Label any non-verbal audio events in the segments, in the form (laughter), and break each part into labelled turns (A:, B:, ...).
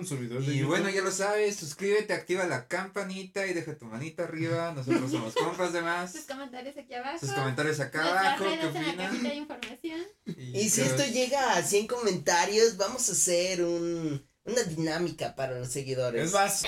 A: consumidor de
B: Y
A: YouTube.
B: bueno, ya lo sabes, suscríbete, activa la campanita y deja tu manita arriba.
C: (laughs)
B: Nosotros somos compas de
D: Sus
B: más.
D: comentarios aquí abajo.
B: Sus comentarios acá
D: nuestras
B: abajo, ¿qué
D: redes en la cajita
B: opinan?
D: de información.
E: Y si esto llega a 100 comentarios, vamos a hacer un, una dinámica para los seguidores.
A: Es más,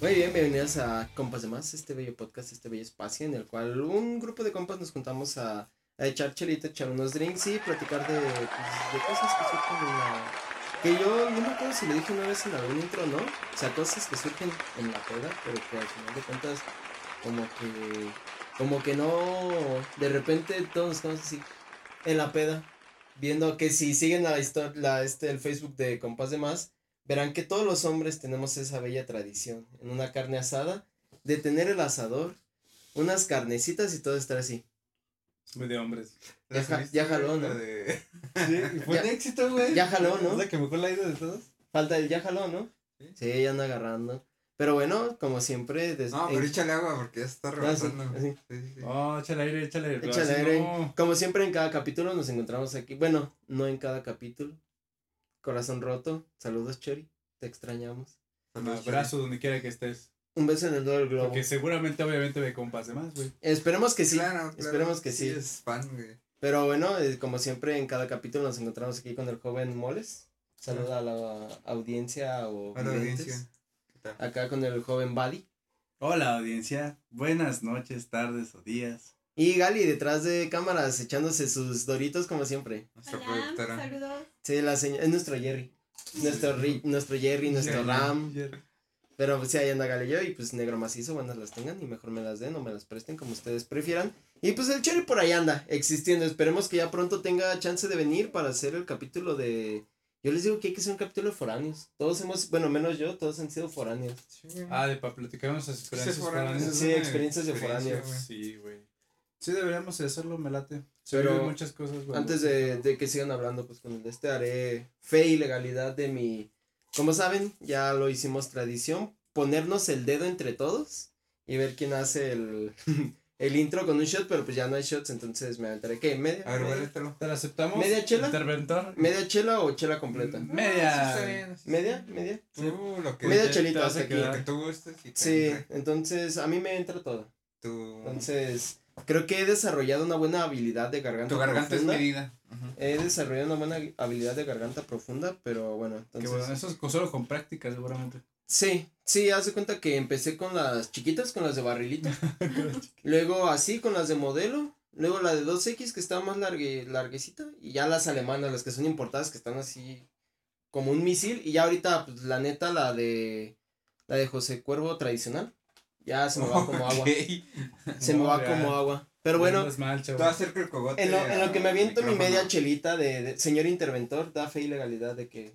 C: Muy bien, bienvenidos a Compas de Más, este bello podcast, este bello espacio en el cual un grupo de compas nos juntamos a, a echar chelita, echar unos drinks y platicar de, pues, de cosas que surgen en la... Que yo no me acuerdo si lo dije una vez en algún intro o no, o sea, cosas que surgen en la peda, pero que al final de cuentas como que... Como que no... De repente todos nos quedamos así en la peda, viendo que si siguen la historia, la, este, el Facebook de Compas de Más, verán que todos los hombres tenemos esa bella tradición en una carne asada de tener el asador, unas carnecitas y todo estar así.
A: muy de hombres.
C: Ya ja- ya jaló, ¿no?
A: Sí, fue
C: Ya-
A: un éxito, güey.
C: ya jaló, ¿no?
A: Es la que mejor la ha ido de todos.
C: Falta el ya jaló, ¿no?
A: Sí.
C: Sí, ya anda agarrando. Pero bueno, como siempre, des-
B: No, pero
C: en-
B: échale agua porque ya se está
C: Ah, sí,
B: rebasando.
C: así.
B: Sí, sí, sí.
A: Oh, échale aire, échale aire. pero
C: Échale
A: así
C: aire.
A: no.
C: Como siempre en cada capítulo nos encontramos aquí. Bueno, no en cada capítulo. Corazón roto. Saludos, Chori. Te extrañamos.
A: Un
B: Saludos,
A: abrazo donde quiera que estés.
C: Un beso en el dedo del globo.
A: Porque seguramente, obviamente, ve compas de más, güey.
C: Esperemos que sí.
B: Claro, claro,
C: Esperemos que sí.
B: es fan, güey.
C: Pero bueno, eh, como siempre, en cada capítulo nos encontramos aquí con el joven Moles. Saluda a la audiencia o
B: A la
C: videntes.
B: audiencia. ¿Qué tal?
C: Acá con el joven Bali.
F: Hola audiencia, buenas noches, tardes o días.
C: Y Gali detrás de cámaras echándose sus doritos como siempre.
B: Nuestra
D: Hola,
B: productora.
D: saludos.
C: Sí, la seña- es nuestro Jerry. Nuestro, Ri- nuestro Jerry, nuestro Ram. Pero pues sí, ahí anda Galileo y pues negro macizo, buenas las tengan y mejor me las den o me las presten como ustedes prefieran. Y pues el Cherry por ahí anda, existiendo. Esperemos que ya pronto tenga chance de venir para hacer el capítulo de... Yo les digo que hay que hacer un capítulo de foráneos. Todos hemos, bueno, menos yo, todos han sido foráneos.
B: Sí, güey.
A: Ah, de para platicar nuestras experiencias.
B: Sí,
A: foráneas.
B: foráneos.
C: Sí,
B: una
C: experiencias de
B: experiencia,
C: foráneos.
B: güey.
A: Sí, güey. Sí, deberíamos de hacerlo, me late. Se
C: Pero
A: viven muchas cosas, güey.
C: Antes de, de que sigan hablando, pues con el de este haré fe y legalidad de mi... Como saben, ya lo hicimos tradición, ponernos el dedo entre todos y ver quién hace el, (laughs) el intro con un shot, pero pues ya no hay shots, entonces me aventaré que media...
B: A ver,
C: media,
B: valételo.
A: ¿Te la aceptamos?
C: ¿Media chela?
A: Interventor.
C: ¿Media chela o chela completa?
B: Mm.
A: Media.
B: Sí, está bien.
C: ¿Media? ¿Media?
B: Tú lo que,
C: Media
A: Te- te
C: chelita
A: vas
C: hasta
A: a
C: aquí.
B: lo que
A: quedar.
B: tú gustes y te
C: Sí,
B: entra.
C: entonces a mí me entra todo.
B: Tu,
C: Entonces, creo que he desarrollado una buena habilidad de garganta
B: tu garganta
C: profunda.
B: es medida. Ajá.
C: He desarrollado una buena habilidad de garganta profunda, pero bueno,
A: Que
C: entonces...
A: bueno, eso es con- solo con práctica, seguramente.
C: Sí, sí, hace cuenta que empecé con las chiquitas, con las de
A: (laughs)
C: barrilito. luego así, con las de modelo. Luego la de 2X, que está más largue, larguecita. Y ya las alemanas, las que son importadas, que están así como un misil. Y ya ahorita, pues, la neta, la de, la de José Cuervo tradicional. Ya se me va como
A: (laughs)
B: (laughs)
C: agua.
B: Ok.
C: Se me
A: No,
C: va
A: ya.
C: como agua. Pero bueno,
A: Andas mal,
B: Tú
A: chavo. (laughs)
B: acerca el cogote.
C: en lo, en lo que me
B: al
C: aviento mi
B: micrófono.
C: media chelita de, de señor interventor, da fe y legalidad de que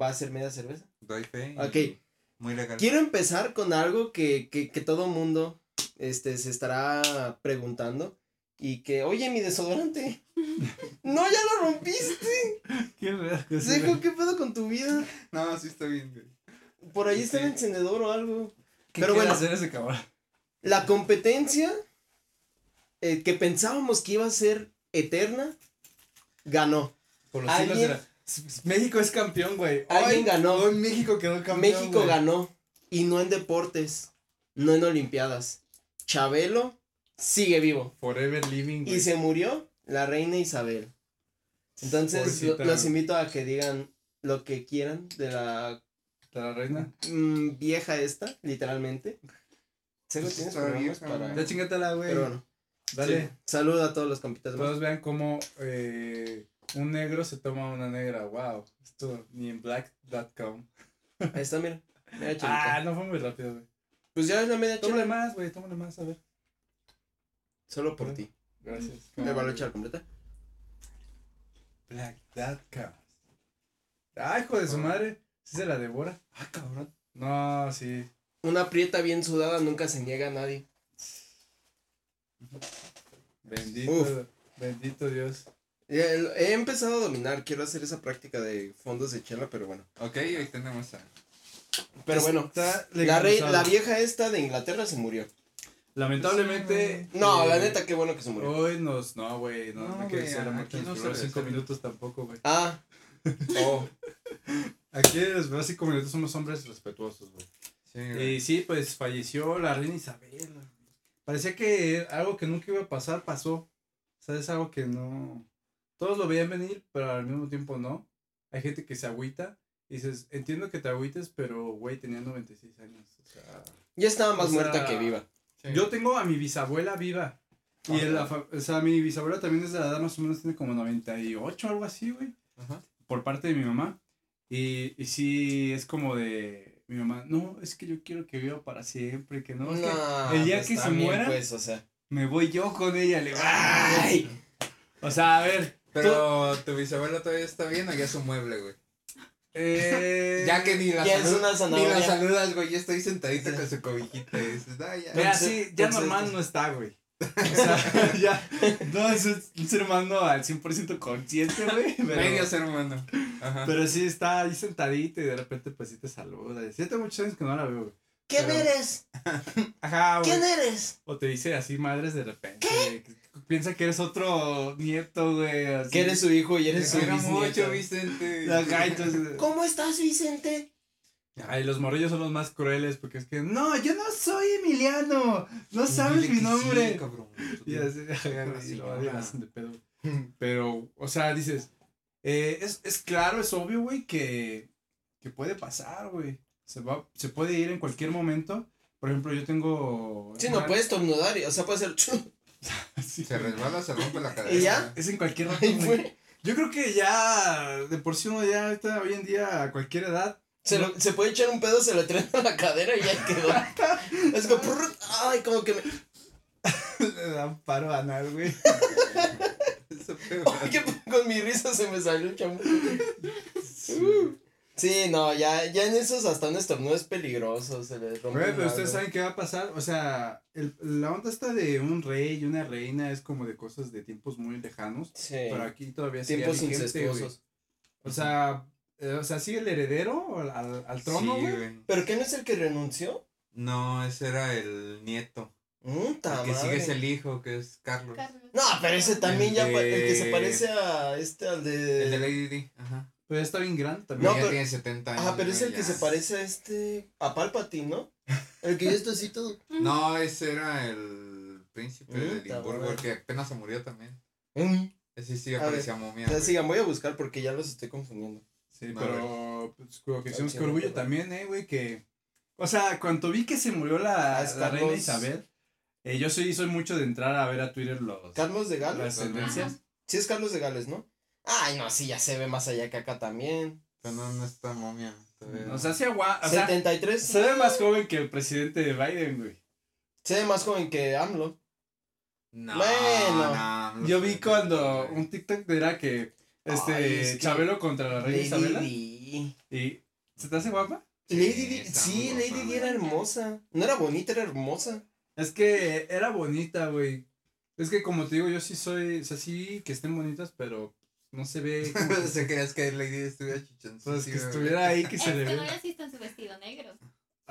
C: va a ser media cerveza.
B: Doy fe. y
C: Ok.
B: Muy legal.
C: Quiero empezar con algo que, que, que todo mundo este, se estará preguntando. Y que, oye, mi
A: (laughs)
C: desodorante. no, ya lo rompiste.
F: Qué raro que se
C: Sejo, ¿qué pedo con tu vida?
B: No, sí está bien, güey.
C: Por ahí está el
B: Sí.
C: encendedor o algo.
F: ¿Qué
C: Pero
F: quiere
C: bueno.
F: hacer ese cabrón?
C: La competencia eh, que pensábamos que iba a ser eterna, ganó.
A: Por los siglos de la-
C: Alguien-
A: S- México es campeón, güey.
C: Alguien
A: Hoy-
C: ganó.
A: Hoy México quedó campeón.
C: México
A: güey.
C: ganó. Y no en deportes, no en Olimpiadas. Chabelo sigue vivo.
A: Forever living, güey.
C: Y se murió la reina Isabel. Entonces, lo-
A: Pobrecita.
C: los invito a que digan lo que quieran de la
A: ¿De la reina?
C: mm, vieja esta, literalmente. Sé que
B: Pues
C: tienes
B: está
C: problemas
B: vieja,
C: para-
B: ¿no?
A: Ya chingatela, güey.
C: Pero bueno,
A: Dale.
C: sí. Saluda a todos los compitas. más.
A: Todos vean cómo eh, un negro se toma una negra. Wow. Esto ni en black.com.
C: Ahí está, mira. Mira, chelita.
A: Ah, no fue muy rápido, güey.
C: Pues ya es la media chela.
A: Tómale más, güey. Tómale más, a ver.
C: Solo por ti.
A: Gracias.
C: Me van a echar completa. Mm.
A: Black.com. Ah, hijo de su madre. Sí se la devora. Ah, cabrón. No, sí.
C: Una prieta bien sudada nunca se niega a nadie.
A: Bendito.
C: Uf.
A: Bendito Dios.
C: Eh, He empezado a dominar, quiero hacer esa práctica de fondos de chela, pero bueno.
B: Ok, hoy tenemos a
C: Pero bueno,
A: Está
C: la, rey,
A: legalizado.
C: la vieja esta de Inglaterra se murió.
A: Lamentablemente.
C: No,
A: eh,
C: la neta, qué bueno que se murió.
A: Hoy nos. No, güey. No,
B: No,
A: no quiero
B: güey,
A: ser la
B: aquí
A: muerte.
B: no
A: Nos
B: se
A: duró cinco
B: respeta.
A: minutos tampoco, güey. (laughs)
C: Ah. Oh.
A: Aquí los primeros cinco minutos somos hombres respetuosos, güey.
B: Sí, güey.
A: Y sí, pues falleció la reina Isabel. Parecía que algo que nunca iba a pasar pasó. O sea, es algo que no. Todos lo veían venir, pero al mismo tiempo no. Hay gente que se agüita. Y dices, entiendo que te agüites, pero güey, tenía 96 años. O sea,
C: Ya estaba más
A: O sea,
C: muerta que viva.
B: Sí.
A: yo tengo a mi bisabuela viva. Y
C: Ajá.
A: la fa- o sea, mi bisabuela también es de la edad más o menos, tiene como 98 algo así, güey
B: Ajá.
A: por parte de mi mamá. Y, y sí, es como de mi mamá, no, es que yo quiero que viva para siempre, que no. es que el día
C: pues,
A: que se
C: también,
A: muera,
C: Pues, o sea.
A: me voy yo con ella, le
C: ¡Ay!
A: O sea, a ver.
B: Pero tu bisabuela todavía está bien o ya es un mueble, güey.
A: eh,
B: (laughs) Ya que ni la,
C: Ya es
B: salu- ni
C: una
B: la
C: zanahoria.
B: saludas, güey. Yo estoy sentadita con su cobijita y dices, "Ah, ya".
A: Mira,
C: Entonces-
A: sí, ya
C: entonces-
A: normal no está, güey. O sea, (laughs) ya, no es un un ser humano al 100% consciente, güey.
B: Medio
A: Pero,
B: ser humano. Ajá.
A: pero sí está ahí sentadito y de repente pues sí te saluda. Ya tengo muchos años que no la veo, güey.
E: ¿Quién
A: Pero-
E: eres?
C: Ah,
A: Ajá, güey.
E: ¿Quién eres?
A: O te dice así madres de repente. que Piensa que eres otro nieto, güey. así.
C: Que eres su hijo y
B: Te
C: eres su
B: quiero
C: bisnieto.
B: mucho, Vicente.
A: Ajá, entonces-
E: ¿Cómo estás, Vicente?
A: Ay, los morrillos son los más crueles porque es que, no, yo no soy Emiliano, no sabes mi nombre. y así, (laughs) agarra y lo
B: señora.
A: hacen de pedo. Pero, o sea, dices, eh, es, es claro, es obvio, güey, que, que puede pasar, güey. Se, va, se puede ir en cualquier momento. Por ejemplo, yo tengo...
C: Sí, no puedes tornudar, o sea, puede ser. (laughs)
A: (laughs)
B: (laughs)
A: Sí,
B: Se resbala, se rompe la cadera.
C: ¿Y ya?
A: Es en cualquier rato,
C: Ay,
A: güey.
C: güey.
A: Yo creo que ya, de por sí uno ya ahorita, hoy en día, a cualquier edad, (laughs)
C: Se, lo- se puede echar un pedo, se lo trae a la cadera y ya quedó. Es como. prrr, Ay, como que me. (laughs)
A: le dan paro anal, güey.
B: Eso fue-
C: Ay, que (laughs) con mi risa se me salió el chamuco. Sí, no, ya, ya en esos hasta un estornudo es peligroso, se les rompe.
A: Güey,
C: un
A: pero ustedes
C: labio.
A: saben qué va a pasar, o sea, el- la onda esta de un rey y una reina es como de cosas de tiempos muy lejanos, pero
C: Sí.
A: aquí todavía sigue
C: Tiempos
A: vigente, güey.
C: incestuosos.
A: O sea, eh, o sea, sigue el heredero al, al- al trono,
B: Sí,
A: güey.
B: güey.
C: ¿Pero qué no es el que renunció?
B: No, ese era el nieto.
C: Puta
B: El que sigue
C: madre.
B: es el hijo, que es Carlos.
C: No, pero ese también
B: El
C: ya. pa- El que se
B: de-
C: parece a este, al de.
B: El de Lady Di. Ajá.
A: Pero ya está bien grande también.
C: No,
B: ya
C: pero-
B: tiene 70 años.
C: Ajá, pero es
B: güey,
C: el que
B: ya.
C: se parece a este. A Palpatine, ¿no? El que ya está
B: (laughs)
C: así todo.
B: No, ese era el príncipe de
C: Puta
B: Edimburgo,
C: madre.
B: el que apenas se murió también.
C: Mm.
B: Ese sí
C: ver,
B: aparecía momia.
C: Ya
B: güey.
C: sigan, voy a buscar porque ya los estoy confundiendo.
A: Sí,
B: No,
A: pero pues, como que
C: Está
A: decimos que
C: chido,
A: orgullo
C: pero-
A: también, eh, güey, que... O sea, cuando vi que se murió la,
C: Ah,
A: la
C: Carlos-
A: reina Isabel, eh, yo soy, soy mucho de entrar a ver a Twitter los...
C: Carlos de Gales.
A: las tendencias.
C: Sí, es Carlos de Gales, ¿no? Ay, no, sí, ya se ve más allá que acá también.
B: Pero no, no está momia. todavía.
A: O sea, se agua- o sea,
C: 73.
A: se ve más joven que el presidente de Biden, güey.
C: Se ve más joven que AMLO.
B: no,
C: bueno.
B: no, no
A: Yo
B: sé,
A: vi cuando
B: güey.
A: un TikTok era que este
C: Ay, es que-
A: Chabelo contra la reina
C: Lady
A: Isabela
C: Di.
A: y ¿se te hace guapa?
C: Lady Di.
B: está
C: Sí,
B: muy
C: Lady
B: guapa,
C: Di era
B: güey.
C: hermosa. No era bonita, era hermosa.
A: Es que era bonita, güey. Es que como te digo, yo sí soy, o sea, sí que estén bonitas, pero no se ve
C: (laughs)
A: como
B: (laughs)
A: que,
B: O sea, creías que Lady Di estuviera chichón.
A: pues, que estuviera ahí que
D: Es
A: se
D: que
A: le
D: Este, no
A: ve.
D: le asistan su vestido negro.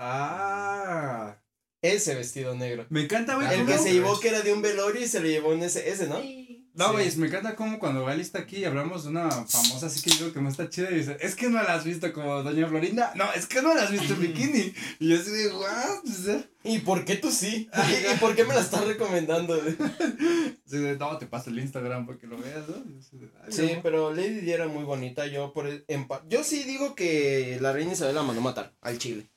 A: Ah,
C: Ese vestido negro.
A: me encanta, güey.
C: El
A: cómo-
C: que se
B: ¿no?
C: llevó que era de un velorio y se le llevó en ese, ese, ¿no?
D: Sí.
A: No, güey,
C: Sí.
A: me encanta como cuando Gali está aquí y hablamos de una famosa así que yo creo que no está chida y dice, es que no la has visto como Doña Florinda. No, es que no la has visto
C: (laughs)
A: en bikini. Y yo así de, guau, pues, eh.
C: ¿Y por qué tú
A: (laughs)
C: sí? ¿Y por qué me la estás recomendando? güey?
A: Sí, de, no, te paso el Instagram para que lo veas, ¿no? Y así de, ay,
C: Sí,
A: amor.
C: pero Lady Di era muy bonita. Yo por el- en pa- yo sí digo que la reina Isabel la mandó matar al Chile.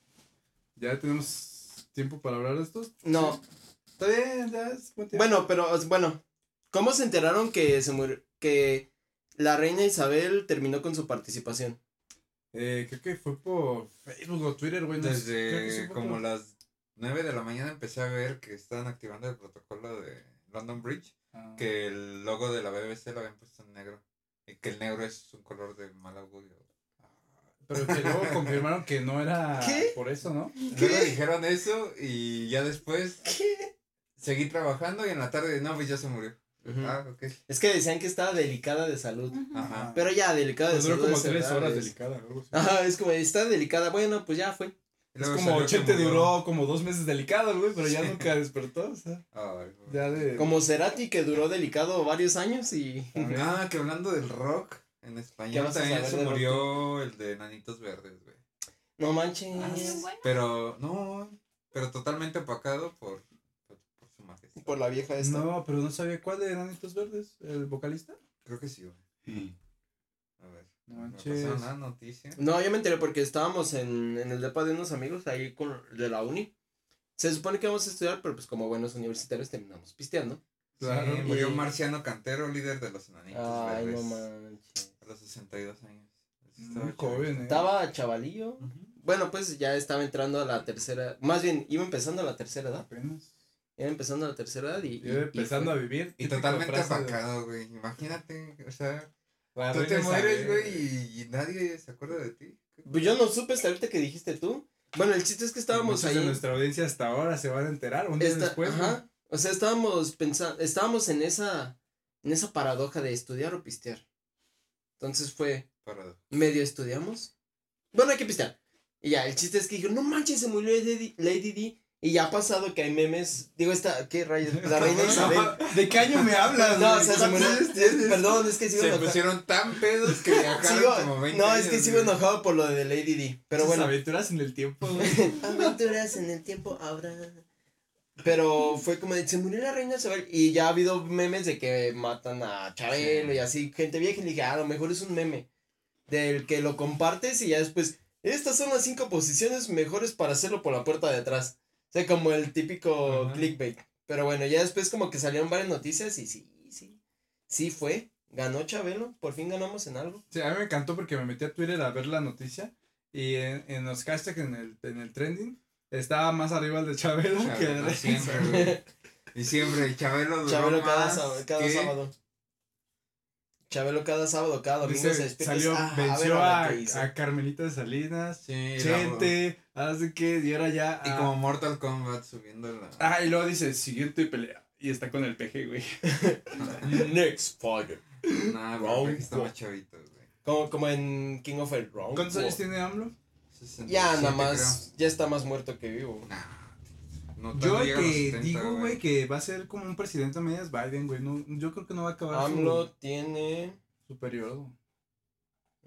A: Ya tenemos tiempo para hablar de estos.
C: No,
A: Está bien, ya es buen tiempo.
C: bueno, pero es- bueno, ¿cómo se enteraron que se murió, que la reina Isabel terminó con su participación?
A: Eh, creo que fue por Facebook o Twitter, güey. Pues, no sé, creo que sí
B: Desde
A: fue
B: como
A: por-
B: las 9 de la mañana empecé a ver que estaban activando el protocolo de London Bridge,
A: Ah.
B: que el logo de la BBC lo habían puesto en negro. Y que el negro es un color de mal augurio.
A: Pero que luego confirmaron que no era
C: ¿Qué?
A: por eso, ¿no?
B: Luego dijeron eso y ya después
C: ¿Qué?
B: seguí trabajando y en la tarde, no, pues ya se murió. Ah, ok.
C: Es que decían que estaba delicada de salud.
D: Ujú.
B: Ajá.
C: Pero ya, delicada de
A: Pues duró
C: salud.
A: como
C: es
A: tres
C: edad,
A: horas
C: es-
A: delicada. algo así.
C: Ajá, es como, está delicada. Bueno, pues ya fue.
A: Es
B: Luego
A: como
B: salió que
A: Chente
B: murió.
A: duró como dos meses delicado, güey, pero ya nunca despertó, o sea,
B: Ay, güey.
A: ya de...
C: Como Cerati que duró delicado varios años y
A: También.
B: Ah, que hablando del rock, en
C: ¿Qué
B: español
C: vas a
B: también
C: saber
B: se
C: del rock
B: murió el de Nanitos Verdes, güey.
C: no manches.
B: Ah,
D: Bien bueno.
B: Pero, no, pero totalmente opacado por, por, por su majestad.
C: Por la vieja esta.
A: No, pero no sabía cuál de Enanitos Verdes, el vocalista.
B: Creo que sí, güey.
F: Sí.
B: A ver.
A: No
B: No
A: manches.
B: pasó nada, noticia.
C: No, yo me enteré porque estábamos en, en el depa de unos amigos ahí con, de la uni. Se supone que íbamos a estudiar, pero pues como buenos universitarios terminamos pisteando.
A: Claro.
B: Sí, murió
C: Y-
B: Marciano Cantero, líder de los Enanitos
C: Ay,
B: Verdes.
C: no manches.
B: a los 62 años. Estaba
A: Muy
B: chavito.
A: joven, eh.
C: Estaba chavalillo.
A: Ujú.
C: Bueno, pues ya estaba entrando a la tercera, más bien iba empezando a la tercera edad.
A: Apenas.
C: Iba empezando a la tercera edad y... y-
A: Yo empezando
C: y
A: a
C: fue-
A: vivir.
B: Y totalmente apacado, güey. Imagínate, o sea,
A: La
B: tú te
A: reina
B: mueres,
A: Isabel.
B: güey, y, y nadie se acuerda de ti.
C: Pues yo no supe hasta ahorita que dijiste tú. Bueno, el chiste es que estábamos
A: Muchos
C: ahí.
A: de nuestra audiencia hasta ahora se van a enterar un día
C: Esta-
A: después.
C: ajá.
A: güey.
C: O sea, estábamos pensando, estábamos en esa, en esa paradoja de estudiar o pistear. Entonces fue,
B: Para...
C: medio estudiamos. Bueno, hay que pistear. Y ya, el chiste es que dijo, no manches, se murió Lady, Lady D. Y ya ha pasado que hay memes, digo, esta, ¿qué (laughs) rayos? La reina Isabel.
A: ¿De qué año me hablas?
C: No, o
A: güey?
C: sea, se murió,
A: ¿Cuántos años tienes?
C: perdón, es que sigo
B: Se
C: enojado.
B: pusieron tan pedos
C: (laughs)
B: que viajaron
C: Sigo-
B: como 20
C: no, es que
B: años,
C: sigo
B: güey.
C: enojado por lo de Lady D. Pero
A: Esas
C: bueno,
A: aventuras en el tiempo. güey.
C: (laughs)
E: Aventuras en el tiempo ahora.
C: Pero fue como de, se murió la reina Isabel y ya ha habido memes de que matan a Chabelo y así, gente vieja y le dije, "Ah, a lo mejor es un meme del que lo compartes y ya después, estas son las cinco posiciones mejores para hacerlo por la puerta de atrás. O sea, como el típico
A: Ajá.
C: clickbait. Pero bueno, ya después como que salieron varias noticias y sí, sí, sí fue, ganó Chabelo, por fin ganamos en algo.
A: Sí, a mí me encantó porque me metí a Twitter a ver la noticia y en, en los hashtags, en el, en el trending, estaba más arriba el de Chabelo
C: Ah,
B: Chabelo,
A: que el de Reina
B: siempre,
A: Isabel.
C: (laughs)
B: güey. Y siempre, el Chabelo duró
C: Chabelo cada,
B: más
C: sábado, cada
B: que-
C: sábado. Chabelo cada sábado, cada domingo
A: Dice,
C: se despierta. y dice,
A: salió,
C: "Ah, a ver
A: venció
C: ahora
A: a,
C: qué hice".
A: a Carmelita de Salinas,
B: Sí, la-
A: Chente, así que y ahora ya.
B: Y
A: a-
B: como Mortal Kombat subiendo la...
A: Ah, y luego dice, siguiente pelea. Y está con el PG, güey.
C: (laughs) Next fighter.
B: Nah, pero
C: Round
B: está
C: one.
B: más chavito, güey.
C: Como, como en King of el Round.
A: ¿Cuántos años
C: War.
A: tiene AMLO?
B: 67,
C: Ya nada
B: creo.
C: más, ya está más muerto que vivo.
B: Nah, no tanto
A: Yo el
B: llega a los
A: que
B: 70,
A: digo, güey, que va a ser como un presidente a medias Biden, güey. No, yo creo que no va a acabar su-
C: AMLO tiene
A: su, periodo.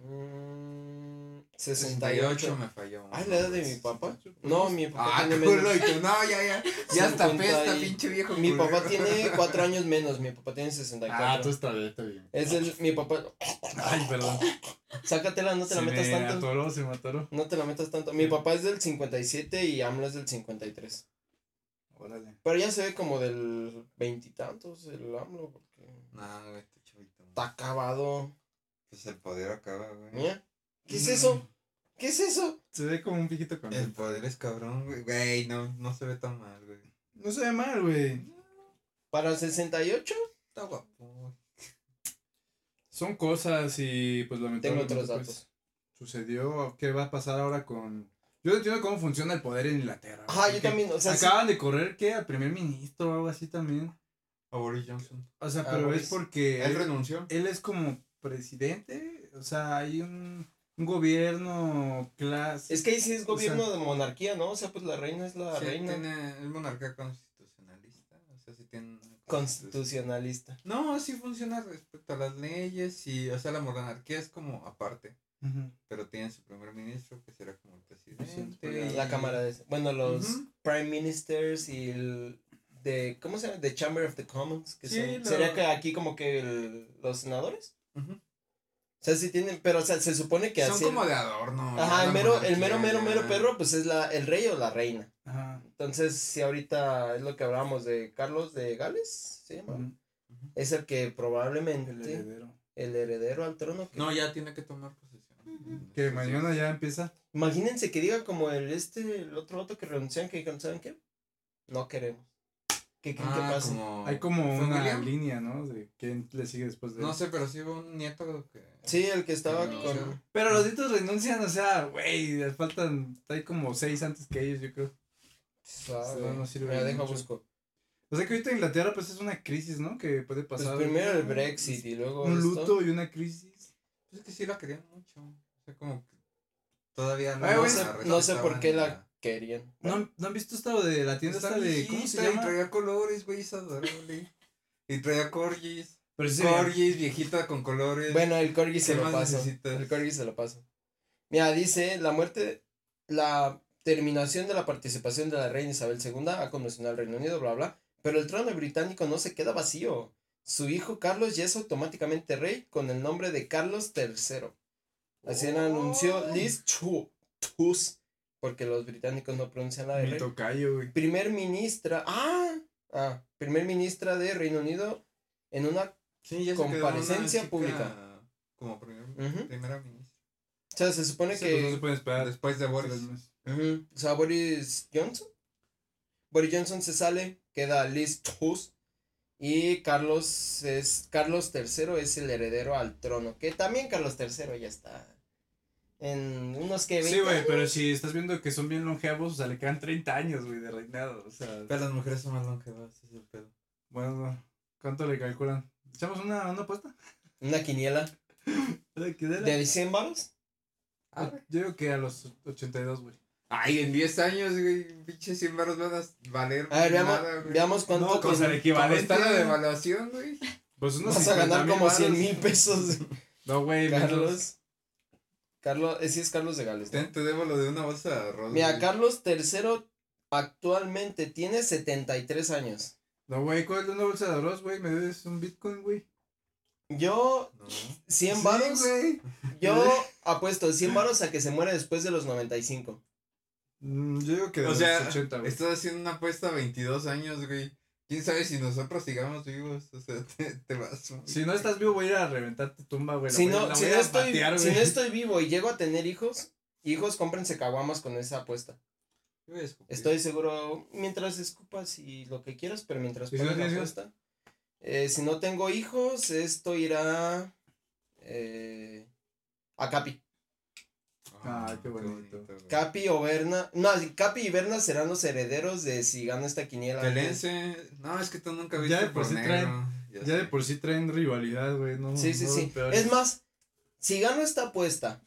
C: mm,
B: 68
C: 68.
B: me falló.
C: Ay, la edad de mi papá. No, mi papá
B: Ah,
C: tiene
B: culo,
C: menos.
B: y tú, (laughs) no, ya, ya, ya hasta
C: 50
B: pesta,
C: y-
B: pinche viejo.
C: Mi
B: culero. Ah,
C: papá tiene 4 años menos, mi papá tiene 64.
A: está bien, está bien.
C: Es el, mi papá,
A: Ay, perdón.
C: sácatela, no te la
A: se
C: metas
A: me
C: tanto.
A: atoró, se me atoró.
C: No te la metas tanto. Mi papá es del 57 y AMLO es del 53.
A: Órale.
C: Pero ya se ve como del veintitantos el AMLO porque
B: Nah, güey, este chavito.
C: está acabado.
B: Pues el poder acaba, güey.
C: Mira, ¿Qué es eso? ¿Qué es eso?
A: Mm, Se ve como un viejito con
B: El poder es cabrón, güey. Güey, no, no se ve tan mal, güey.
A: No se ve mal, güey.
C: ¿Para el 68?
B: Está guapo, güey.
A: Son cosas y pues
C: Tengo
A: lamentablemente
C: otros
A: pues,
C: datos.
A: sucedió. ¿Qué va a pasar ahora con...? Yo no entiendo cómo funciona el poder en Inglaterra. güey,
C: Ajá, yo
A: porque
C: también, o sea, sí.
A: Acaban de correr, ¿qué? Al primer ministro o algo así también.
B: A Boris Johnson.
A: O sea,
C: Ah,
A: pero
C: Boris.
A: es porque...
B: Él renunció.
A: él es como presidente, o sea, hay un, un gobierno clase.
C: Es que ahí sí es
A: O
C: gobierno de monarquía, ¿no? O sea, pues la reina es la
B: Sí,
C: reina
B: tiene, es monarquía constitucionalista. O sea, sí tiene. una constitución.
C: constitucionalista.
B: No, sí funciona respecto a las leyes y, o sea, la monarquía es como aparte,
A: Ujú.
B: pero tiene su primer ministro que será como el presidente.
A: Presidente,
C: La
B: y-
C: cámara de... Bueno, los
B: Ujú.
C: prime ministers y el... De, ¿Cómo se llama? The Chamber of the Commons. Que
A: Sí,
C: son-
A: lo-
C: ¿Sería que aquí como que el- los senadores?
B: Ujú.
C: O sea, sí tienen... Pero, o sea, se supone que
B: Son
C: así...
B: como de adorno. ya
C: Ajá, el
B: la
C: mero, el mero,
B: monarquía
C: mero, mero
B: ya-
C: perro, pues es la, el rey o la reina.
A: Ajá.
C: Entonces, si ahorita es lo que hablábamos de Carlos de Gales, ¿se llama?
A: Ujú.
C: Es el que probablemente
A: El heredero.
C: el heredero al trono. que-
B: No, ya tiene que tomar posesión.
A: Que mañana ya empieza.
C: Imagínense que diga como el este, el otro voto que renuncian, que dijeron, ¿saben qué? No queremos. ¿Qué creen que
B: Ah,
C: pasa?
B: como-
A: Hay como
B: ¿Fue
A: una
B: William?
A: línea, ¿no? De quién le sigue después de
B: No
A: él.
B: sé, pero sí hubo un nieto que.
C: Sí, el que estaba
B: No,
C: con...
B: no.
A: Pero los ditos renuncian, o sea, güey, les faltan, hay como seis antes que ellos, yo creo.
C: Sabe.
A: No, no sirve
C: Mira, deja
A: mucho.
C: busco.
A: O sea que ahorita Inglaterra pues es una crisis, ¿no? Que puede
C: Pues
A: pasar.
C: primero el Brexit y luego
A: Un
C: esto.
A: luto y una crisis.
B: Pues es que sí la querían mucho. O sea, como que todavía no.
C: Ay,
B: la
C: güey, no sé- no sé por qué la
B: respetaban
C: querían.
A: ¿No, ¿No han visto esta de la tienda esta de. ¿Cómo se
B: viejita Y
A: llama?
B: traía colores, güey, es adorable. y traía corgis.
A: Pero sí se veía-
B: Corgis, viejita con colores.
C: Bueno, el corgi se
B: ¿Qué
C: lo
B: más
C: paso.
B: necesitas?
C: El corgi se lo paso. Mira, dice, la muerte, la terminación de la participación de la reina Isabel II ha conmocionado al Reino Unido, bla, bla. Pero el trono británico no se queda vacío. Su hijo Carlos ya es automáticamente rey con el nombre de Carlos III. Así lo anunció
B: Oh.
C: Liz Chu- Truss, porque los británicos no pronuncian la R
F: Mi tocayo, güey.
C: primer ministra, ah, ah, primer ministra de Reino Unido en una,
B: sí, ya se quedó una
C: comparecencia
B: chica
C: pública.
B: Como primer-
C: ujú.
B: primera ministra.
C: o sea, se supone
A: Sí,
C: que,
A: pues no se pueden esperar.
B: Después de Boris.
A: tres meses.
C: ujú, o sea, Boris Johnson, Boris Johnson se sale, queda Liz Truss y Carlos es, Carlos III es el heredero al trono, que también Carlos III ya está en unos que 20
A: Sí, güey, pero si estás viendo que son bien longevos, o sea, le quedan 30 años, güey, de reinado. O sea,
B: Pero las mujeres son más longevas, ese es el pedo.
A: bueno, ¿cuánto le calculan? ¿Echamos una, una apuesta?
C: una quiniela
A: ¿De qué era?
C: de 100 varos.
A: Yo digo que a los 82, güey.
B: Ay, en 10 años, güey, pinches 100 baros van a valer.
C: A ver, veamos,
B: nada, güey.
C: veamos cuánto
A: No,
C: con-
A: cosa el
B: Como
A: equivalente.
B: está la devaluación, güey.
A: Pues unos
C: vas a ganar
A: 50,000
C: como
A: varos.
C: 100 mil pesos.
A: No, güey, menos.
C: Carlos. Carlos, eh, sí es Carlos de Gales. ¿no?
B: Ten, te debo lo de una bolsa de arroz.
C: Mira,
B: güey.
C: Carlos III actualmente tiene 73 años.
A: No, güey, ¿cuál es una bolsa de arroz, güey? Me debes un Bitcoin, güey.
C: Yo,
B: No.
C: 100
A: Sí,
C: varos,
A: güey.
C: yo
A: (laughs)
C: apuesto 100 varos a que se muera después de los 95.
A: Mm, Yo digo que de
B: O sea,
A: los 80, güey.
B: estás haciendo una apuesta a 22 años, güey. ¿Quién sabe si nosotros sigamos vivos? O sea, (laughs) te, te vas. güey.
A: Si no estás vivo, voy a ir a reventar tu tumba, güey. La
C: si
A: voy-
C: no,
A: pues, la
C: si,
A: voy
C: no
A: a
C: estoy,
A: patear,
C: si no
A: güey.
C: estoy vivo y llego a tener hijos, hijos, cómprense caguamas con esa apuesta.
B: Yo voy a escupir.
C: Estoy seguro, mientras escupas y lo que quieras, pero mientras
A: ¿Y si no
C: pones la
A: tienes hijos?
C: apuesta. Eh, si no tengo hijos, esto irá eh, a Capi.
A: Ah, qué bonito.
B: güey.
C: Capi o Berna. No, Capi y Berna serán los herederos de si gana esta quiniela.
B: Pelense. No, es que tú nunca viste
A: Ya de por sí
B: negro.
A: traen-
B: Ya
A: Ya de
B: sé.
A: por sí traen rivalidad, güey. No,
C: Sí, sí,
A: Mm, no,
C: sí.
A: peor.
C: Es más, si gano esta apuesta,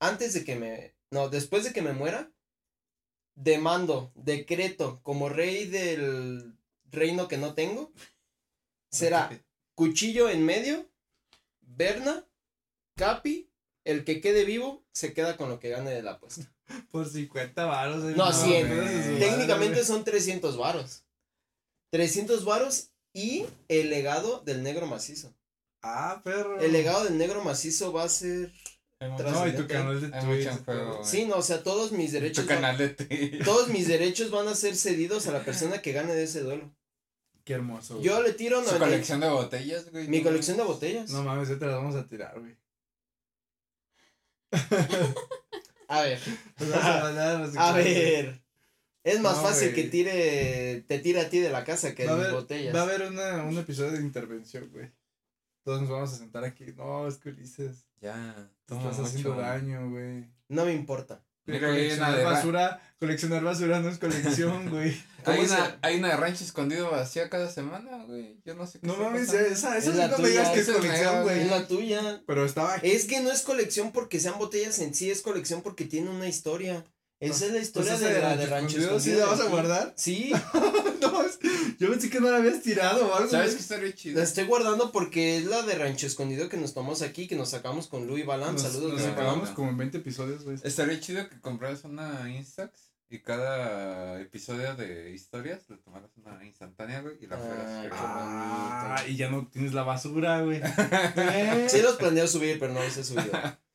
C: antes de que me. No, después de que me muera, demando, decreto, como rey del reino que no tengo,
B: (laughs)
C: será cuchillo en medio, Berna, Capi, el que quede vivo se queda con lo que gane de la apuesta.
A: Por 50 varos.
C: No, 100.
B: Sí,
C: Técnicamente son 300 varos. 300 varos y el legado del negro macizo.
A: Ah, perro.
C: El legado del negro macizo va a ser...
B: Hay mucho-
A: No, y tu
C: trascendente.
A: canal de
B: Hay
A: Twitch.
B: mucho en juego.
C: Sí, no, o sea, todos mis derechos...
B: Tu
C: van-
B: canal de Twitch.
C: Todos mis derechos van a ser cedidos a la persona que gane de ese duelo.
A: Qué hermoso. güey.
C: Yo le tiro...
B: Su
C: 90
B: colección de botellas, güey.
C: Mi
B: no
C: colección de
B: mames.
C: botellas.
A: No mames, ya te las vamos a tirar,
C: (laughs)
A: güey.
C: A ver,
A: Te vas a ganar, así
C: a
A: que-
C: ver. Es más
A: No,
C: fácil
A: güey.
C: que tire... Te tire a ti de la casa que
A: Va a
C: mis
A: haber-
C: botellas.
A: Va a haber una, un episodio de intervención, güey. Todos nos vamos a sentar aquí. No, es que Ulises.
B: Ya.
A: Te
B: Toma
A: estás
B: mucho.
A: haciendo daño, güey.
C: No me importa.
B: Mira, hay una
A: coleccionar
B: de ra-
A: basura. Coleccionar basura no
C: (laughs)
A: es colección, güey.
B: Hay
C: ¿Cómo
B: una,
C: se-
B: hay una de rancho escondido vacía cada semana, güey. Yo no sé qué
A: No
B: está
A: mames,
B: pasando.
A: esa, esa
C: Es
A: sí
C: la
A: no me
C: tuya,
A: digas que es
B: esa es
A: colección,
B: la-
A: güey.
C: Es la tuya.
A: Pero estaba aquí.
C: Es que no es colección porque sean botellas en sí, es colección porque tiene una historia. Esa es la historia
A: Entonces,
C: de
A: Pues esa
C: la de Rancho
A: escondido, ¿Sí
C: Escondido
A: la vas a
C: aquí.
A: guardar? (laughs)
C: Sí,
A: No, es- yo pensé que no la habías tirado o algo.
B: ¿Sabes
A: güey.
B: qué estaría chido?
C: la estoy guardando porque es la de Rancho Escondido que nos tomamos aquí, que nos sacamos con Luis Balán.
A: Nos-
C: Saludos,
A: Nos
C: Luis
B: Luis
C: Balán.
A: acabamos
B: Balán.
A: como en 20 episodios, güey.
B: Estaría chido que compraras una Instax y cada episodio de historias le tomaras una instantánea, güey, y la
C: Ah,
B: fueras.
C: claro.
B: Ah,
A: Ah, y ya no tienes la
C: (laughs)
A: basura, güey.
C: Sí los planeo subir, pero no los he subido.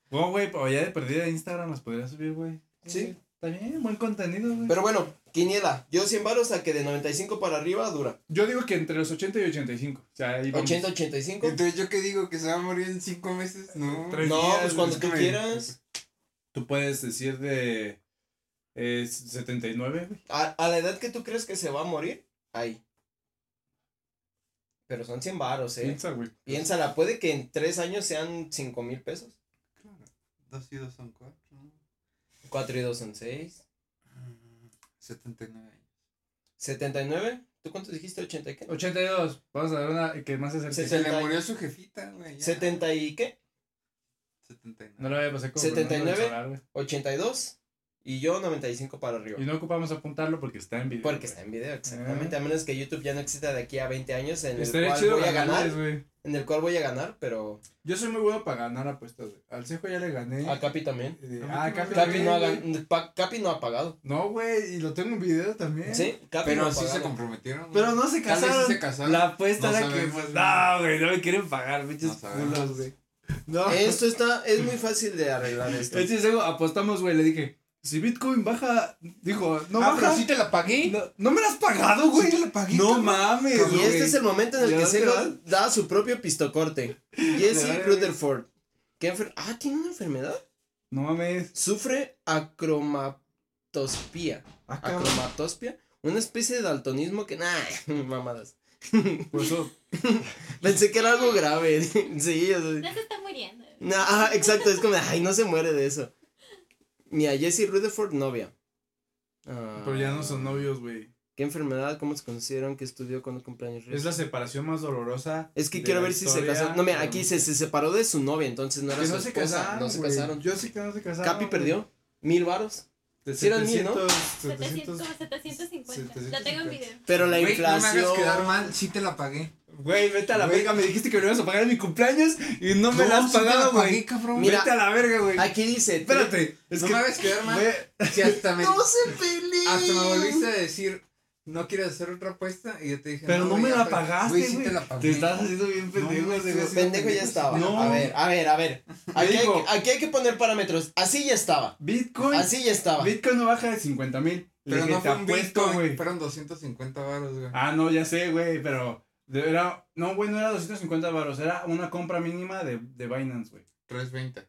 A: Bueno, güey, pero ya de perdida de Instagram las podría subir, güey.
C: Sí.
A: Está bien, buen contenido, güey.
C: Pero bueno, Quiniela, yo 100 varos a que de 95 para arriba dura.
A: Yo digo que entre los 80 y 85. O sea, ahí vamos.
C: 80, 85.
B: Entonces, ¿yo qué digo? ¿Que se va a morir en cinco meses? No.
A: Tres
C: No,
A: días,
C: pues cuando
A: güey.
C: tú quieras.
F: Tú puedes decir de eh, 79, güey.
C: A, a la edad que tú crees que se va a morir, ahí. Pero son 100 varos, eh.
A: Piensa, güey.
C: Piénsala, puede que en tres años sean cinco mil pesos.
B: Dos y dos son cuatro. ¿no?
C: Cuatro y dos son seis.
B: Mm. 79 años.
C: Setenta y nueve. ¿Tú cuánto dijiste? ¿Ochenta y qué?
A: 82. Vamos a dar una que más se acerque.
C: Sesenta.
B: Se le murió su jefita, güey. ya.
C: ¿Setenta y qué?
B: 79.
A: No la voy a pasar como
C: 79.
A: Fernando del Solar, güey.
C: ¿Ochenta y dos? Y yo 95 para arriba.
A: Y no ocupamos apuntarlo porque está en video.
C: Porque
A: güey.
C: está en video, exactamente. A menos que YouTube ya no exista de aquí a 20 años en el
A: Estaría
C: cual
A: chido
C: voy a
A: ganarles,
C: ganar.
A: güey.
C: En el cual voy a ganar, pero
G: Yo soy muy bueno para ganar apuestas, güey. Al cejo ya le gané.
C: a Capi también.
G: Eh,
A: Capi
G: ah,
A: no-
G: Capi
C: Capi
G: también,
C: no ha,
G: güey.
C: gan- pa- Capi no ha pagado.
G: No, güey, y lo tengo en video también.
C: Sí, Capi no
B: Ah, Pero
C: ha
B: sí se
C: pagado.
B: comprometieron. güey.
G: Pero no se
B: Tal vez sí
G: casaron.
B: se casaron.
G: La apuesta
B: No
G: era que.
B: sabemos,
G: pues,
B: güey.
G: no, güey, no me quieren pagar, pinches
B: sabemos.
G: culos, güey. No.
C: Esto está, es muy fácil de arreglar
A: (laughs)
C: esto.
G: Entonces luego apostamos, güey, le dije, si Bitcoin baja, dijo, no
B: ah,
G: baja.
B: pero sí te la pagué.
G: no, no me la has pagado, güey.
B: Sí te la pagué,
G: no
B: cabrón.
G: mames,
C: Y
G: güey.
C: este es el momento en el
G: ¿Ya
C: que
G: dónde
C: Sego
G: va?
C: da su propio pistocorte.
G: Claro,
C: Jesse
G: güey.
C: Rutherford. ¿Qué enfer- ah, tiene una enfermedad.
G: No mames.
C: Sufre acromatospía.
G: Ah, cabrón.
C: Acromatospia. Una especie de daltonismo que. Nah, (laughs) mamadas.
G: Por eso,
C: Pensé que era algo grave. (laughs) sí, o sea,
D: No se está muriendo.
C: no, ah, exacto, es como, ay, no se muere de eso. Mira, Jesse Rutherford, novia. Ah,
G: pero ya no son novios, güey.
C: ¿Qué enfermedad? ¿Cómo se consideran que estudió cuando cumpleaños?
G: Es la separación más dolorosa.
C: Es que
G: de
C: quiero
G: la
C: ver si se
G: historia,
C: casó. No, mira,
G: pero-
C: aquí se, se separó de su novia, entonces no era
G: Que
C: su
G: no se
C: esposa,
G: casaron.
C: no se
G: güey.
C: casaron.
G: Yo sí que no se casaron.
C: Capi
G: güey.
C: perdió mil varos.
G: De
C: Sí eran mil, ¿no?
G: 700,
D: 700,
G: 700.
D: como 750. La tengo en video.
C: Pero la
B: Güey, no me
C: inflación.
B: hagas quedar mal, sí te la pagué.
G: Güey, vete a la
B: Güey.
G: verga, me dijiste que me ibas a pagar en mi cumpleaños y no me la has
B: sí te
G: pagado,
B: pagué,
G: güey.
B: cabrón.
C: Mira,
G: vete a la verga, güey.
C: Aquí dice.
G: Espérate.
B: no
G: Es que
B: me hagas quedar mal.
G: Güey,
B: Si hasta me,
C: (laughs) No se peleen.
B: hasta me volviste a decir, no quieres hacer otra apuesta. Y yo te dije,
G: Pero no, me
B: güey,
G: la
B: ya,
G: pagaste,
B: Güey,
G: güey.
B: sí te la
G: Te
B: pagué.
G: estás haciendo bien pendejo,
B: no,
G: güey.
B: sí, sí.
C: Pendejo ya estaba.
G: No.
C: A ver, a ver, a ver. Aquí hay,
G: digo-
C: que- aquí hay que poner parámetros. Así ya estaba.
G: Bitcoin.
C: Así ya estaba.
A: Bitcoin no baja de 50 mil.
B: Pero no fue un Bitcoin,
G: güey.
B: fueron 250 baros, güey.
A: Ah, no, ya sé, güey, pero de- era, no, güey, no era 250 varos, era una compra mínima de, de Binance, güey.
B: 320.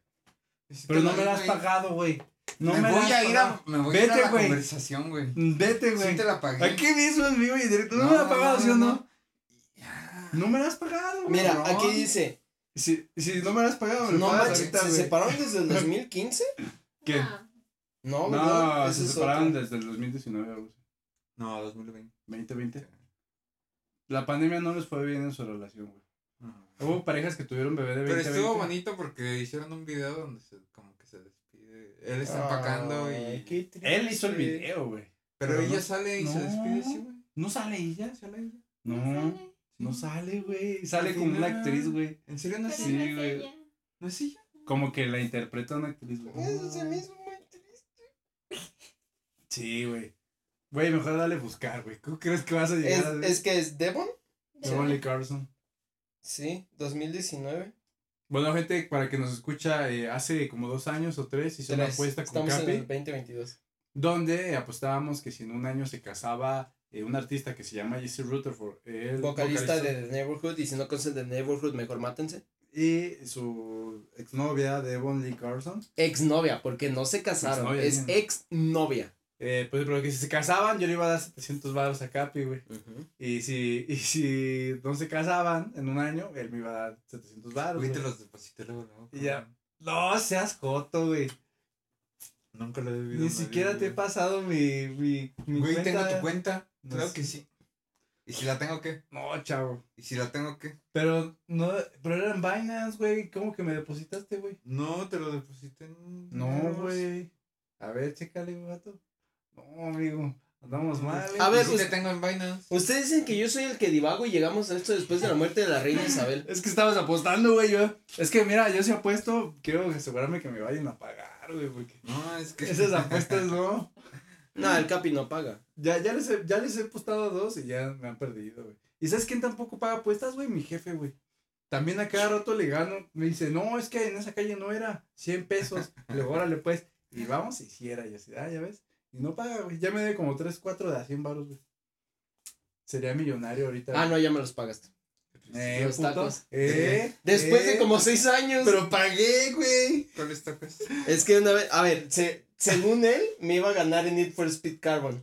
B: Y si
A: Pero
B: te
A: no
B: la
A: me
B: di,
A: la has
B: güey.
A: pagado, güey. No
B: me,
A: me,
B: voy
A: la
B: a
A: has
B: ir a,
A: pagado.
B: me voy a ir a
A: Vete,
B: la
A: güey.
B: conversación, güey.
A: Vete, güey.
B: Sí te la pagué.
A: Aquí mismo en vivo y directo. No, me la has pagado, ¿sí o no?
B: Ya.
A: No me la has pagado, güey.
C: Mira,
B: cabrón.
C: aquí dice.
A: Si, si no me la has pagado, me lo
C: No
A: pagas
C: manches,
A: ahorita,
C: ¿se
A: güey.
C: separaron desde el 2015?
A: ¿Qué?
D: No.
C: No, ¿verdad?
A: No,
C: Ese
A: se
C: es
A: separaron
C: otro.
A: desde el 2019, güey.
B: No, 2020.
A: 2020. La pandemia no les fue bien en su relación, güey.
B: No.
A: Hubo parejas que tuvieron bebé de 20
B: Pero estuvo bonito porque hicieron un video donde se, como que se despide. Él está empacando
C: Ay,
B: y.
C: qué triste.
A: Él hizo el video, güey.
B: Pero
A: pero
B: ella
A: no-
B: sale y se
A: no.
B: despide, sí, güey.
A: ¿No sale ella?
B: Sale ella.
A: No,
D: sale.
A: no sale, güey. Sale
B: Al
A: como una
B: final.
A: actriz, güey.
B: ¿En serio no
D: Pero
B: es
A: Sí,
D: no
B: ella?
D: es
A: güey.
D: ella.
B: ¿No es ella?
A: Como que la interpreta una actriz, güey.
C: Eso se me hizo muy triste.
A: Sí, güey. Güey, mejor dale buscar, güey. ¿Cómo crees que vas a
C: Es,
A: llegar?
C: es que es Devon.
D: De
A: a Only Carson.
C: Sí, 2019.
A: Bueno, gente, para que nos escucha, eh, hace como dos años o tres hizo una
C: Tres.
A: apuesta con
C: Estamos
A: Capi.
C: en el 2022.
A: donde apostábamos que si en un año se casaba eh, un artista que se llama Jesse Rutherford, el
C: Vocalista de The Neighborhood. Y si no conocen The Neighborhood, mejor mátense.
A: y su exnovia Devon Lee Carson,
C: Exnovia, porque no se casaron.
A: Exnovia,
C: es
A: bien.
C: exnovia.
A: eh, pues pero que si se casaban yo le iba a dar 700 baros a Capi, güey. Y si, y si no se casaban en un año, él me iba a dar 700 baros.
B: Güey, te
A: güey.
B: los deposité luego, luego,
A: Y ya.
B: cabrón.
A: No seas joto, güey.
B: Nunca lo he debido.
A: Ni siquiera te he pasado mi, mi, mi
B: Güey,
A: cuenta.
B: tengo tu cuenta.
A: No
B: claro
A: sé.
B: que sí. ¿Y si la tengo qué?
A: No, chavo.
B: ¿Y si la tengo qué?
A: Pero no, pero eran Binance, güey. ¿Cómo que me depositaste, güey?
B: No, te lo deposité en.
A: No, güey. A ver, chécale, vato. No, amigo. Andamos mal. eh.
C: A
B: A
C: ver,
B: ver,
C: pues-
B: te tengo en Binance.
C: Ustedes dicen que yo soy el que divago y llegamos a esto después de la muerte de la reina Isabel.
A: Es que estabas apostando, güey. Yo. Es que, mira, yo sí apuesto. Quiero asegurarme que me vayan a pagar,
C: (laughs)
A: güey. Porque
B: No, es que.
A: esas apuestas no.
C: No, el Capi no paga.
A: Ya, ya, les he, ya les he apostado a dos y ya me han perdido, güey. ¿Y sabes quién tampoco paga apuestas, güey? Mi jefe, güey. También a cada rato le gano. Me dice, no, es que en esa calle no era 100 pesos. Le digo, órale, pues. Y vamos, hiciera. Y así, ah, ya ves. Y no paga, güey. Ya me debe como 3, 4 de a 100 baros, güey. Sería millonario ahorita.
C: Ah, no, ya me los pagaste.
A: Eh,
C: Los
A: puto.
C: tacos.
A: Eh,
C: (laughs) Después
A: eh.
C: de como seis años.
A: Pero pagué, güey.
B: ¿Cuál es tu cuesta?
C: Es que una vez, a ver, se- según él, me iba a ganar en Need for Speed Carbon.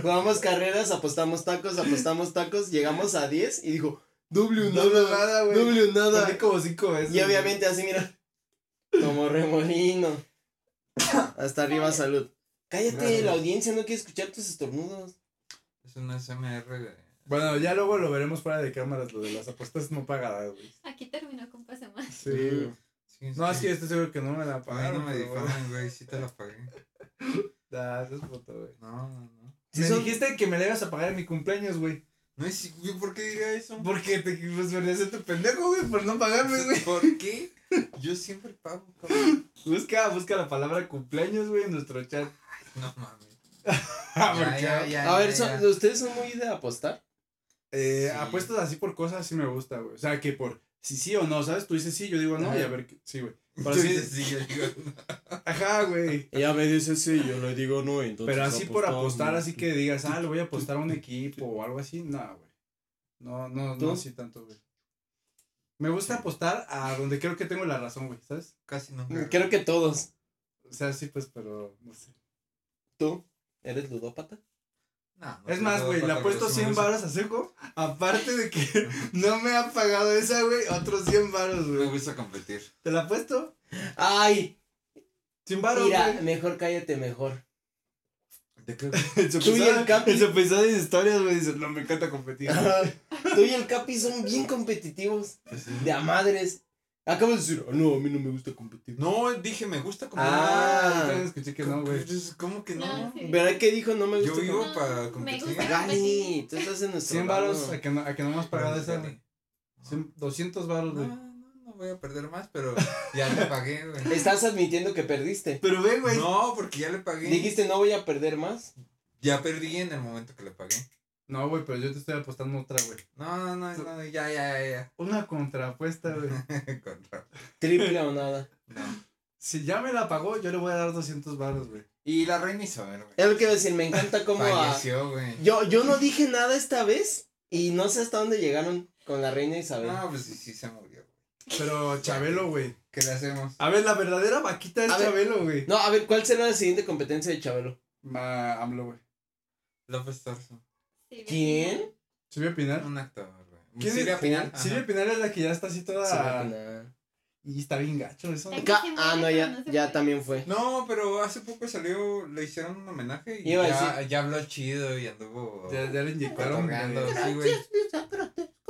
C: Jugamos carreras, apostamos tacos, apostamos tacos, llegamos a 10 y dijo, W
A: Doble
C: nada,
A: nada, güey.
C: W nada.
A: Perdí como 5 veces.
C: Y obviamente así, mira, como remolino. Hasta arriba, salud. Cállate, la audiencia no quiere escuchar tus estornudos.
B: Es una SMR de.
A: (laughs) Bueno, ya luego lo veremos fuera de cámaras, lo de las apuestas no pagadas, güey.
D: Aquí terminó con Pase Más.
A: Sí.
B: Sí,
A: No, es que
B: que-
A: estoy seguro que no me la
B: Ay, no
A: pagaron.
B: me
A: pero bueno.
B: difamen, güey, sí te la pagué.
A: Nah, eso es puto, güey.
B: No, no, no.
A: Me dijiste que me la ibas a pagar en mi cumpleaños, güey.
B: No es, güey, ¿por qué diría eso?
A: Porque te pues, me tu pendejo, güey, por no pagarme, güey.
B: ¿Por qué? Yo siempre pago, cabrón.
A: Busca, busca la palabra cumpleaños, güey, en nuestro chat.
B: No
A: (laughs)
B: mames.
A: Ah,
B: Ya,
A: porque-
B: ya, ya,
C: A ver,
B: ya,
C: son-
B: ya.
C: ¿ustedes son muy de apostar?
A: Eh,
B: Sí.
A: Apuestas así por cosas sí me gusta, güey. O sea, que por sí sí o no, ¿sabes? Tú dices sí, yo digo no,
C: Ajá.
A: y a ver, qué- (laughs) sí, güey.
B: Tú
A: Pero así-
B: dices, sí, yo digo,
A: ajá, güey.
C: Ella me dice sí, yo le digo no, entonces.
A: Pero así por apostar, así que digas, ah, le voy a apostar (laughs) a un equipo o algo así, no, güey. No, no,
C: ¿Tú?
A: no, sí tanto, güey. Me gusta apostar a donde creo que tengo la razón, güey, ¿sabes?
B: Casi nunca.
C: Mm, Creo que todos.
A: O sea, sí, pues, pero no sé.
C: ¿Tú? ¿Eres ludópata?
B: No, no
A: Es
B: te
A: más,
B: puedo
A: güey, le
B: pagar,
A: apuesto
B: pero sí me
A: 100
B: gusta-
A: baros a Seco. Aparte de que (laughs) no me ha pagado esa, güey, otros 100 baros,
B: Me
A: güey.
B: gusta competir.
A: ¿Te la apuesto?
C: ¡Ay!
A: 100 baros,
C: Mira,
A: güey. (laughs)
C: mejor cállate mejor.
B: ¿De qué?
A: En su
C: Tú y el
A: episodio-
C: Capi. Ah.
A: en su episodio de historias, güey, dices, no, me encanta competir.
C: Tú y el Capi son bien competitivos. De a madres. Acabo de decir, "Ah, no, a mí no me gusta competir.
B: No, dije me gusta competir.
A: Ah, entonces escuché que no, güey.
B: Entonces, pues, ¿Cómo que
D: No,
B: no?
D: sí.
C: ¿Verdad que dijo no me gusta
B: Yo
C: competir?
B: vivo
D: No,
B: para
D: me
B: competir.
D: gusta.
C: Gani, tú estás en nuestro
A: 100 baros
C: lado.
A: a que no, a que no me has pagado
B: No,
A: esa,
B: Gani.
A: güey. 100 200 baros,
B: No,
A: güey.
C: Ah.
B: no, no voy a perder más, pero ya le pagué, güey.
C: Estás admitiendo que perdiste.
A: Pero ve, (laughs) güey.
B: No, porque ya le pagué.
C: Dijiste no voy a perder más.
B: Ya perdí en el momento que le pagué.
A: No, güey, pero yo te estoy apostando otra, güey.
B: No, no, no, no, ya, ya, ya, (laughs)
A: Una
C: (laughs)
A: contraapuesta, güey.
B: ya. Contra-
C: Triple o nada.
B: no.
A: Si ya me la pagó, yo le voy a dar 200 baros, güey.
B: Y la reina Isabel, güey.
C: Es lo que iba a decir, me encanta cómo a-
B: Falleció, güey.
C: Yo, yo no dije nada esta vez y no sé hasta dónde llegaron con la reina Isabel.
B: No, pues sí, sí se murió. güey.
C: (laughs)
A: Pero Chabelo, güey.
B: ¿Qué le hacemos?
A: A ver, la verdadera vaquita es
C: A ver.
A: Chabelo, güey.
C: No, a ver, ¿cuál será la siguiente competencia de Chabelo?
A: Ma, AMLO, güey.
B: López Tarso.
D: Sí,
C: ¿Quién?
A: ¿Silvia Pinar?
B: Un actor, güey.
A: ¿Quién
B: ¿Silvia
A: es?
B: Pinal? Mm, Ajá.
A: Silvia Pinar es la que ya está así toda.
C: Será que nada.
A: Y está bien gacho eso.
D: Ay,
C: Ca-
D: Sí,
C: ah, no,
D: pero
C: ya,
D: no se
C: ya
D: puede.
C: también fue.
B: No, pero hace poco salió, le hicieron un homenaje y
C: Iba a
B: ya, ya habló chido y anduvo
A: Ya, ya le inyectaron.
B: cotorreando,
A: güey.
B: sí, güey.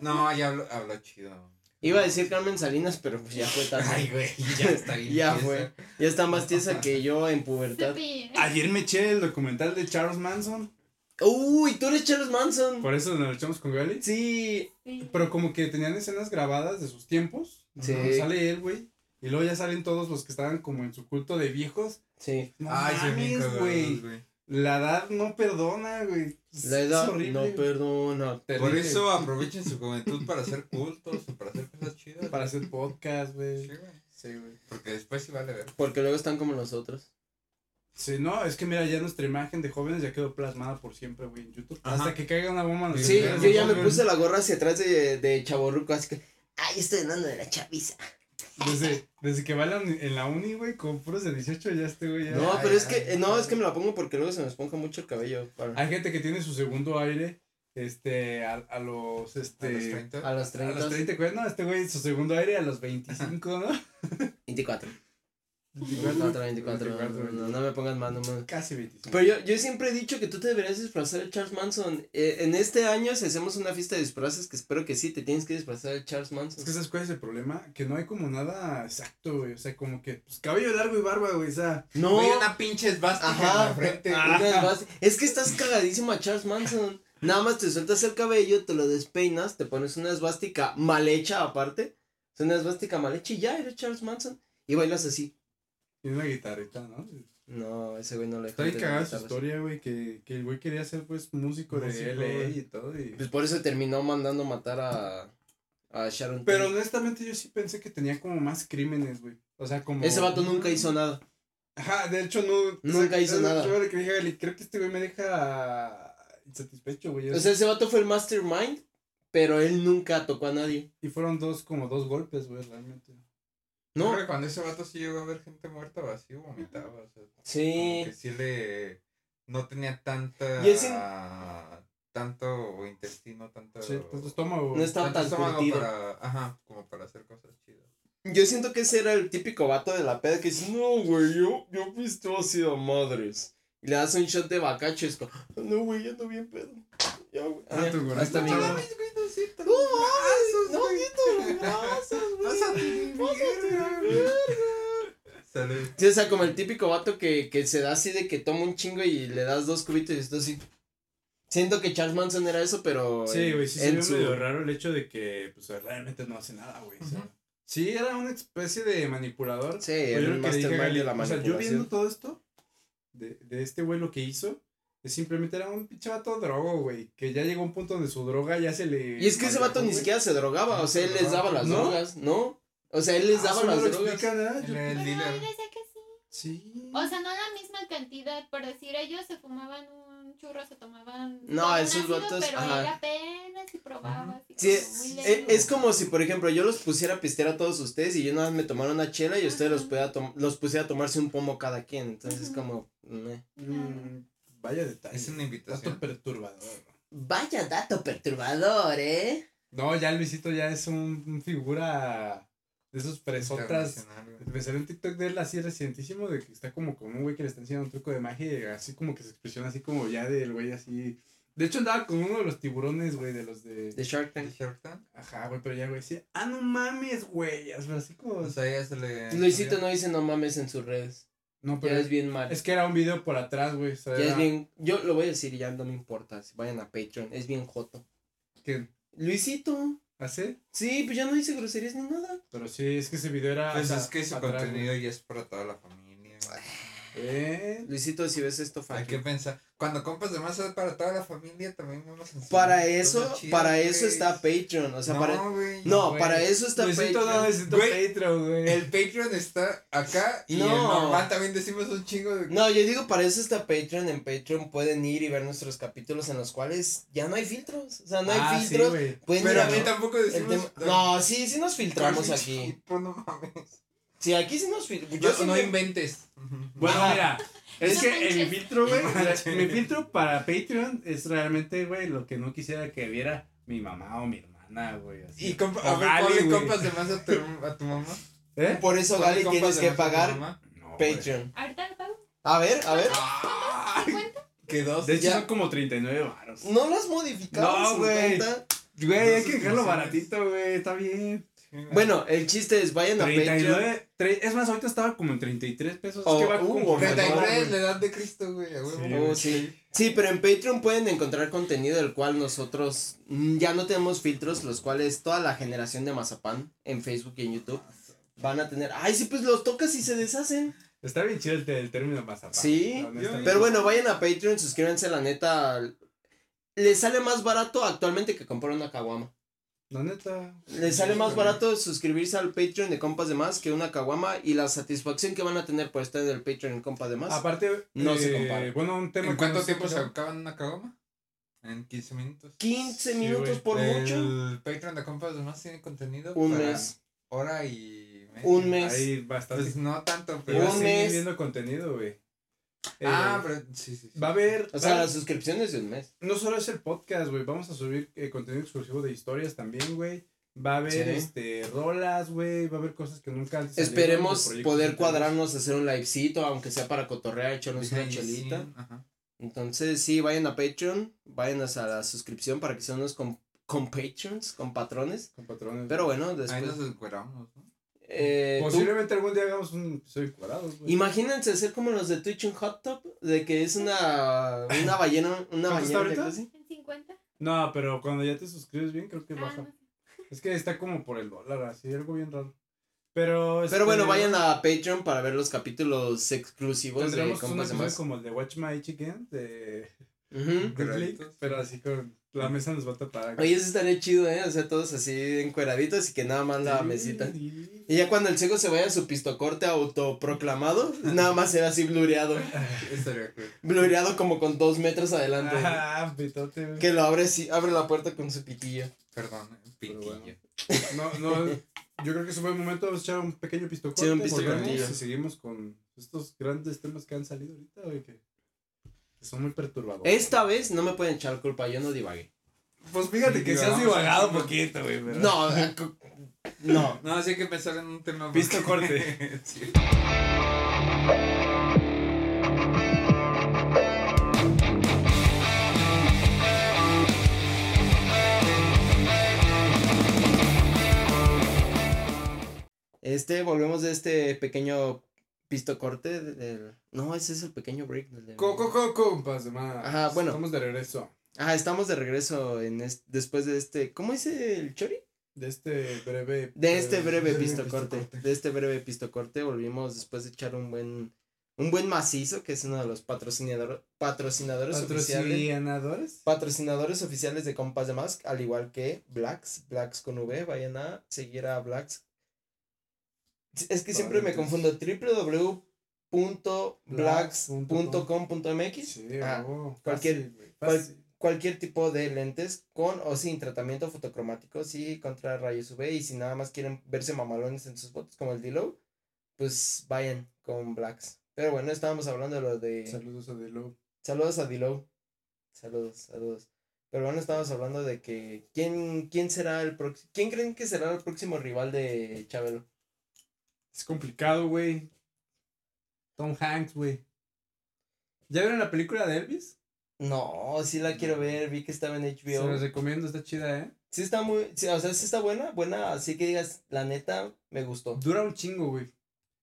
B: No, ya habló, habló chido.
C: Iba a decir Carmen Salinas, pero pues ya fue tarde.
B: Ay, güey, ya está bien.
C: ya
B: tiesa.
C: fue. Ya está más tiesa que yo en pubertad.
D: Cepi.
A: Ayer me eché el documental de Charles Manson.
C: Uy, tú eres Charles Manson.
A: Por eso nos lo echamos con Gali.
C: Sí.
D: Sí.
A: Pero como que tenían escenas grabadas de sus tiempos.
C: Sí.
A: Ajá, Sale él, güey. Y luego ya salen todos los que estaban como en su culto de viejos.
C: Sí.
A: No
B: Ay, se me
A: mames, güey. La edad no perdona, güey.
C: La edad
A: es horrible.
C: no
A: güey.
C: perdona.
B: Por
A: Terrible.
B: eso aprovechen su juventud para hacer cultos o para hacer cosas chidas.
A: Para hacer podcast,
B: Sí,
A: güey.
B: güey.
A: Sí, güey.
B: Porque después sí vale ver.
C: Porque luego están como nosotros.
A: Sí, no, es que mira, ya nuestra imagen de jóvenes ya quedó plasmada por siempre, güey, en YouTube.
B: Ajá.
A: Hasta que caiga una bomba. nos
C: Sí,
A: enteramos,
C: yo ya me
A: güey.
C: puse la gorra hacia atrás de, de chaborruco, así que.
E: Ay, estoy hablando de la chaviza.
A: Desde, desde que va en la uni- en la uni, güey, con puros de 18 ya este, güey. ya-
C: No,
B: Ay,
C: pero es
B: ay,
C: que,
B: ay.
C: no, es que me la pongo porque luego se me esponja mucho el cabello. para-
A: Hay gente que tiene su segundo aire, este, a, a los,
B: A los
A: este...
B: 30.
C: A los
A: A los
C: 30.
A: 30, güey, no, este güey su segundo aire a los 25, ¿no?
C: 24. 24,
A: 24,
C: 24. no,
A: 24,
C: No, no me pongan más, no me.
A: Casi 25.
C: Pero yo, yo siempre he dicho que tú te deberías disfrazar de Charles Manson. Eh, en este año, si hacemos una fiesta de disfraces, que espero que sí, te tienes que disfrazar de Charles
A: Es que
C: Manson.
A: esas cosas el problema, que no hay como nada exacto, güey, o sea, como que, pues, cabello largo y barba, güey, o sea,
C: No,
B: Güey, una pinche esvástica
C: Ajá.
B: en la frente.
A: Ah.
C: una base- es que estás cagadísimo a Charles Manson. Nada más te sueltas el cabello, te lo despeinas, te pones una esvástica mal hecha aparte. Es una esvástica mal hecha y ya eres Charles Manson. Y bailas así.
A: y una guitarrita, ¿no?
C: No, ese güey no le
A: Está bien cagada su historia, güey, que, que el güey quería ser, pues,
B: Músico,
A: músico, de LA
B: güey.
A: y todo, y...
C: Pues por eso terminó mandando matar a, a Sharon
A: Pero
C: Tate.
A: honestamente yo sí pensé que tenía como más crímenes, güey. O sea, como...
C: Ese vato nunca hizo nada.
A: Ajá, de hecho no...
C: Nunca hizo
A: es lo
C: nada.
A: Yo le dije a Gali, creo que este güey me deja insatisfecho, güey.
C: O sea, ese vato fue el mastermind, pero él nunca tocó a nadie.
A: y fueron dos, como dos golpes, güey, realmente.
B: No.
C: ¿No?
B: cuando ese vato sí llegó a ver gente muerta o así, vomitaba. O sea, como
C: Sí.
B: que sí le. No tenía tanta.
C: Y ese-
B: Tanto intestino, tanto.
A: Sí, pues estómago.
C: No
A: güey.
C: estaba
B: tanto
C: tan
B: estómago
C: curtido.
B: para. Ajá, como para hacer cosas chidas.
C: Yo siento que ese era el típico vato de la peda que dice, no, güey, yo, yo pisto así a madres. Y le das un shot de bacacho y es como, no, güey, ya ando bien pedo. Ya, güey.
A: Ah, tu gorrito,
C: Hasta mi
A: chaval.
C: gorra.
B: mames, güey, no es cierto.
C: No, ay, no, quito los brazos, güey.
B: Vas a vivir,
C: Vas a
B: verga.
C: vivir,
B: Salud.
C: Sí, o sea, como el típico vato que, que se da así de que toma un chingo y le das dos cubitos y esto así. Siento que Charles Manson era eso, pero.
A: Sí,
C: en-
A: güey, sí se
C: en
A: vio
C: su-
A: medio raro el hecho de que, pues, realmente no hace nada, güey. o sea,
B: Ujú.
A: sí, era una especie de manipulador.
C: Sí,
A: Pero
C: era
A: yo
C: un
A: lo que dije a
C: mastermind de la
A: Gali, O sea, yo viendo
C: manipulación.
A: todo esto, de, de este güey lo que hizo, es simplemente era un pinche vato drogo, güey. Que ya llegó a un punto donde su droga ya se le.
C: Y es que ese vato
A: manejó,
C: ni
A: güey.
C: siquiera se drogaba, o sea, él les daba las
A: ¿No?
C: drogas, ¿no? O sea, él les
A: Ah,
C: daba
A: eso no
C: las
A: lo
C: drogas.
A: explican, ¿verdad? Yo-
B: El, el
D: Pero él
B: dealer.
D: decía que sí.
A: Sí.
D: O sea, no la misma cantidad, por decir, ellos se fumaban un churro, se tomaban.
C: No,
D: todo un
C: esos
D: ácido,
C: vatos,
D: Pero
C: ajá.
D: él apenas y probaba. Así
C: Sí,
D: como muy
C: es, e,
D: lento.
C: es como si, por ejemplo, yo los pusiera a pistear a todos ustedes y yo nada más me tomara una chela y ustedes los,
D: Ajá.
C: pudiera tom- los pusiera a tomarse un pomo cada quien. Entonces,
D: Ujú.
C: como. meh.
A: Mm, vaya detalle.
B: Es una invitación.
A: Dato perturbador.
H: Vaya dato perturbador, ¿eh?
A: No, ya Luisito ya es un, un figura de esos presotas.
B: Internacional, güey.
A: Me salió un TikTok de él así recientísimo, de que está como con un güey que le está enseñando un truco de magia, y así como que se expresión así como ya del güey así. De hecho andaba con uno de los tiburones, güey, de los de...
C: De Shark
B: ¿De
C: Tank.
B: Shark Tank?
A: Ajá, güey, pero ya güey decía, ah, no mames, güey, o sea, así como...
B: O sea, Pues ya se le.
C: Luisito no dice no mames en sus redes.
A: No,
C: Ya
A: Eh, pero
C: es bien mal.
A: es que era un video por atrás, güey, o sea,
C: Ya
A: era-
C: es bien. Yo lo voy a decir y ya no me importa. Si vayan a Patreon, es bien joto.
A: ¿Qué?
C: Luisito.
A: ¿Hace?
C: Sí, pues ya no dice groserías ni nada.
A: Pero sí, es que ese video era...
B: Pues
A: o sea,
B: es que su
A: atrás, güey.
B: contenido ya es para toda la familia. güey.
A: Eh,
C: Luisito, si ves esto, fuck
B: Hay que
C: you.
B: pensar. Cuando compas de más es para toda la familia, también vamos a hacer
C: (laughs) Para
B: cosas
C: eso,
B: chidas,
C: para
B: güey.
C: eso está Patreon. O sea,
B: no,
C: para.
B: güey.
C: No,
A: güey.
C: para eso está
A: Luisito no
C: Patreon.
A: necesito
B: Güey,
A: Patreon, güey. Ah,
B: El Patreon está acá y
C: No.
B: en normal también decimos un chingo de.
C: No, yo digo, para eso está Patreon. En Patreon pueden ir y ver nuestros capítulos en los cuales ya no hay filtros. O sea, no hay
A: Ah, sí,
C: filtros.
A: güey.
C: pueden ir
B: Pero
C: a
B: aquí
C: ver.
B: tampoco
C: el
B: decimos.
C: tema- No, sí, sí nos filtramos aquí.
B: Tipo, no mames.
C: Sí, aquí sí nos filtramos.
B: No, no inventes.
A: Bueno,
C: Ajá.
A: mira, es
D: No
A: que el
D: manches.
A: filtro, güey,
B: No
C: (laughs)
B: manches.
A: mi filtro para Patreon es realmente, güey, lo que no quisiera que viera mi mamá o mi hermana, güey. así.
B: Y compa, a
A: O
B: ver,
A: Gali,
B: ponle
A: güey.
B: compas de más a tu, a tu
C: (laughs)
B: mamá.
A: ¿Eh?
C: Por eso,
B: Ponle
C: Gali,
B: compas
C: tienes
B: de
C: que
B: más a tu
C: pagar
B: mamá.
A: No, güey.
C: Patreon.
D: Ahorita
C: (coughs)
D: lo pago.
C: A ver, a ver.
B: Ah,
D: ¿50?
B: que dos.
A: De hecho,
C: Ya.
A: son como 39 varos.
C: No lo has modificado.
A: No,
C: en
A: güey.
C: 50.
A: Mm, Güey,
B: No
A: hay
B: sé
A: que
B: si
A: dejarlo
B: sabes.
A: baratito, güey, está bien.
C: Bueno, el chiste es, vayan a Patreon.
A: 39, tre- es más, ahorita estaba como en 33 pesos.
C: Oh,
A: es que va
C: uh,
A: como
B: 33, la edad de Cristo, güey. a
A: Sí,
B: huevo.
C: Oh, sí. sí, pero en Patreon pueden encontrar contenido del cual nosotros mm, ya no tenemos filtros, los cuales toda la generación de Mazapán en Facebook y en YouTube van a tener. Ay, sí, pues los tocas y se deshacen.
A: Está bien chido el, te- el término mazapán.
C: Sí,
A: la honesta.
C: Pero bueno, vayan a Patreon, suscríbanse, la neta. Les sale más barato actualmente que comprar una caguama.
A: La neta.
C: Les sale más barato suscribirse al Patreon de Compas de Más que una caguama y la satisfacción que van a tener por estar en el Patreon en Compas de Más.
A: Aparte,
C: No se
A: eh,
C: compara.
A: Bueno, un tema.
B: ¿En
A: que
B: cuánto
A: no
B: tiempo se
A: tocaba.
B: acaban una cagoma? En 15 minutos.
C: 15
A: Sí,
C: minutos
A: güey.
C: por mucho.
B: El Patreon de compas de más tiene contenido.
C: Un
B: para
C: mes.
B: Hora y. media.
C: Un mes.
A: ah, Hay bastante
B: Pues no tanto,
A: Pero
B: pero.
C: Un
A: sigue
C: mes.
A: viendo contenido, güey. Eh,
B: Ah, pero. Sí, sí. sí.
A: Va a haber.
C: O sea,
A: va-
C: las suscripciones de un mes.
A: no solo es el podcast, güey. Vamos a subir eh, contenido exclusivo de historias también, güey. Va a haber
C: Sí.
A: este rolas, güey. Va a haber cosas que nunca antes. salieron, de
C: Esperemos
A: proyectos
C: poder
A: que
C: cuadrarnos, hacer un livecito, aunque sea para cotorrear, echarnos una
B: Behind the
C: chelita.
B: scene, ajá.
C: Entonces, sí, vayan a Patreon, vayan a la suscripción para que sean unos com- compatrons, compatrones.
A: tenemos Con patrones.
C: Pero bueno,
B: Ahí
C: después.
B: nos encueramos, ¿no?
C: eh, tú-
A: Posiblemente algún día hagamos un episodio cuadrado, güey.
C: imagínense hacer como los de Twitch un hot top, de que es una, una ballena, una
A: ¿Cuánto está
C: ballena.
A: ahorita?
C: jacuzzi.
D: ¿En 50?
A: No, pero cuando ya te suscribes bien, creo que
D: Ah,
A: baja.
D: no.
A: Es que está como por el dólar, así, algo bien raro. Pero.
C: Pero bueno,
A: este,
C: vayan a Patreon para ver los capítulos exclusivos de
A: Tendremos un
C: Compas de
A: episodio
C: Más.
A: como el de Watch My Chicken de
C: Ujú.
A: Netflix,
B: Cuadraditos.
A: Pues pero así con la mesa nos va a tapar.
C: Oye, eso estaría chido, ¿eh? O sea, todos así encueraditos y que nada más la mesita. Y ya cuando el ciego se vaya a su pistocorte autoproclamado, nada más será así blureado.
B: Estaría cool.
C: Blureado como con dos metros adelante.
A: Ah, pitote, güey.
C: Que lo abre así, abre la puerta con su pitillo.
B: Perdón, eh,
A: Pero
B: pitillo.
A: bueno. No, no, yo creo que ese fue el momento de echar un pequeño pistocorte.
C: Sí, un
A: volvemos
C: pistocortillo.
A: Y seguimos con estos grandes temas que han salido ahorita, güey, que, que son muy perturbadores.
C: Esta vez no me pueden echar culpa, yo no divagué.
A: Pues fíjate que se has
B: Digamos,
A: divagado un
B: sí,
A: poquito, güey. pero-
C: No, (laughs) eh, cu- no.
B: No, así hay que pensar en un tema.
A: Pisto
B: porque- (laughs) Sí.
C: Este, volvemos de este pequeño pistocorte del... No, ese es el pequeño break del... de-
A: Coco, coco, compas, demás.
C: Ajá, bueno.
A: Estamos de regreso
C: Ah, estamos de regreso en es- después de este... ¿Cómo dice el Chori?
A: de este breve.
C: De este breve
A: pistocorte.
C: pistocorte. De este breve pistocorte volvimos después de echar un buen... Un buen macizo, que es uno de los patrocinador, patrocinadores oficiales.
A: ¿Patrocinadores?
C: Patrocinadores oficiales de Compas de Mask, al igual que Blacks, Blacks con V, vayan a seguir a Blacks. Es que siempre me
A: Paréntesis.
C: confundo, www.blacks.com.mx,
A: Sí,
C: Ah,
A: huevo,
C: cualquier-
A: fácil, güey,
C: cual-
A: fácil.
C: cualquier tipo de lentes con o sin tratamiento fotocromático, sí, contra rayos UV, y si nada más quieren verse mamalones en sus fotos como el D-Low, pues vayan con Blacks. Pero bueno, estábamos hablando de lo de...
A: Saludos a Delo.
C: Saludos a Dilo. Saludos, saludos. Pero bueno, estamos hablando de que quién quién será el próximo quién creen que será el próximo rival de Chabelo.
A: Es complicado, güey. Tom Hanks, güey. ¿Ya vieron la película de Elvis?
C: No, sí la quiero ver, vi que estaba en
A: Se los
C: HBO.
A: recomiendo, está chida, ¿eh?
C: Sí está muy, sí, o sea, sí está buena, buena, así que digas, la neta me gustó.
A: Dura un chingo, güey.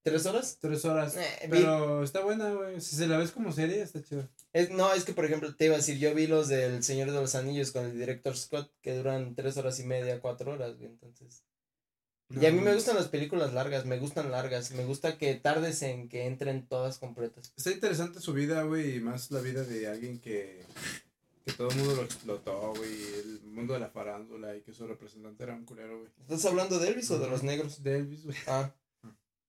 C: ¿Tres horas?
A: Tres horas.
C: Eh, vi-
A: Pero está buena, güey. Si se la ves como serie, está chida.
C: es- no, es que por ejemplo te iba a decir, yo vi los del Señor de los Anillos con el director Scott que duran tres horas y media, cuatro horas, güey, entonces. Y a mí me gustan las películas largas, me gustan largas, me gusta que tardes en que entren todas completas.
A: Está interesante su vida, güey, y más la vida de alguien que, que todo el mundo lo explotó, güey, el mundo de la farándula y que su representante era un culero, güey.
C: ¿Estás hablando de Elvis o de los negros?
A: De Elvis, güey.
C: Ah,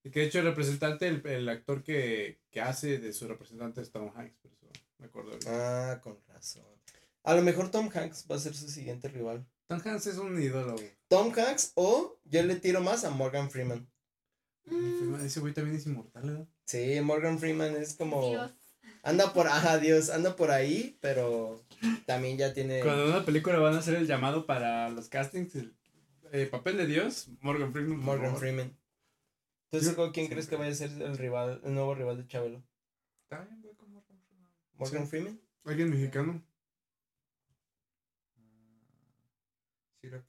A: Y que de hecho el representante, el, el actor que, que hace de su representante es Tom Hanks, por eso me acuerdo. güey.
C: ah, con razón. A lo mejor Tom Hanks va a ser su siguiente rival.
A: Tom Hanks es un ídolo, güey.
C: Tom Hanks o yo le tiro más a Morgan Freeman.
D: Mm,
A: Ese güey también es inmortal, ¿eh? ¿verdad?
C: Sí, Morgan Freeman es como
D: Dios.
C: anda por ajá, Dios, anda por ahí, pero también ya tiene
A: Cuando en una película van a hacer el llamado para los castings, el eh, papel de Dios, Morgan Freeman. por
C: Morgan
A: favor.
C: Freeman. Entonces,
A: Yo-
C: ¿quién crees que vaya a ser el rival, el nuevo rival de Chabelo?
B: Está bien, güey, como Morgan Freeman.
C: Morgan
A: Sí.
C: Freeman.
A: Alguien mexicano.
B: Ah,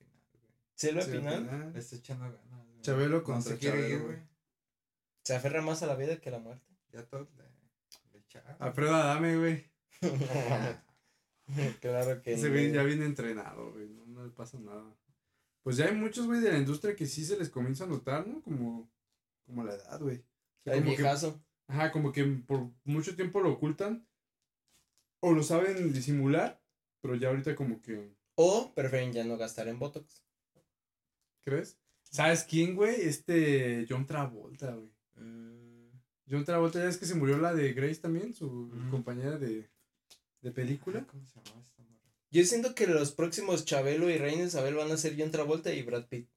B: Sí, lo final, güey.
C: Silvia
A: Sí,
C: Pinal
A: Pinal.
B: Le está echando ganas, güey.
A: Chabelo
B: No
A: contra
B: se quiere
A: Chabelo,
B: ir,
A: güey.
B: güey.
C: se aferra más a la vida que a la muerte. (laughs)
B: Ya todos le, le echaron.
C: Ah,
B: Ah,
A: Alfredo Adame, güey.
C: claro que
A: Ese
C: ni-
A: güey ya viene entrenado, güey, no, no le pasa nada. Pues ya hay muchos, güey, de la industria que sí se les comienza a notar, ¿no? Como, como la edad, güey. O sea,
C: el
A: como que-
C: viejazo.
A: ajá, como que por mucho tiempo lo ocultan o lo saben disimular, pero ya ahorita como que,
C: O prefieren ya no gastar en Botox.
A: ¿crees? ¿Sabes quién, güey? Este John Travolta, güey. John Travolta, ya es que se murió la de Grace también, su
B: Mm.
A: compañera de, de película.
B: ¿Cómo se llama esta morra?
C: Yo siento que los próximos Chabelo y Reina Isabel van a ser John Travolta y Brad Pitt.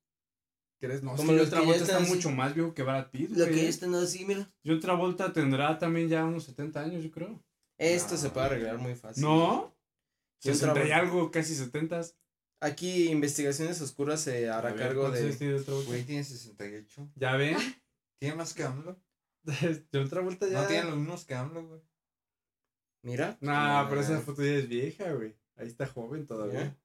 A: ¿Crees? No, es
C: Como
A: que
C: los
A: John
C: que ya
A: Travolta está
C: están así.
A: mucho más viejo que este Brad Pitt,
I: Lo que
A: güey. ¿eh?
I: yo estoy dando así, mira.
A: John Travolta tendrá también ya unos 70 años, yo creo.
C: Esto
B: No.
C: se puede arreglar muy fácil.
A: ¿No?
C: John
A: 60 y
C: Travolta.
A: algo, casi 70.
C: Aquí Investigaciones Oscuras se hará
A: A ver,
C: cargo
A: ¿cuántos
C: de...
A: años tiene John Travolta?
B: Güey, tiene 68.
C: (laughs)
A: ¿Ya ven?
B: ¿Tiene más que AMLO?
A: John Travolta ya...
B: No tiene los mismos que AMLO, güey.
C: Mira.
A: Nah, pero esa
C: Ah,
A: foto ya es vieja, güey. Ahí está joven todavía.
C: Ya.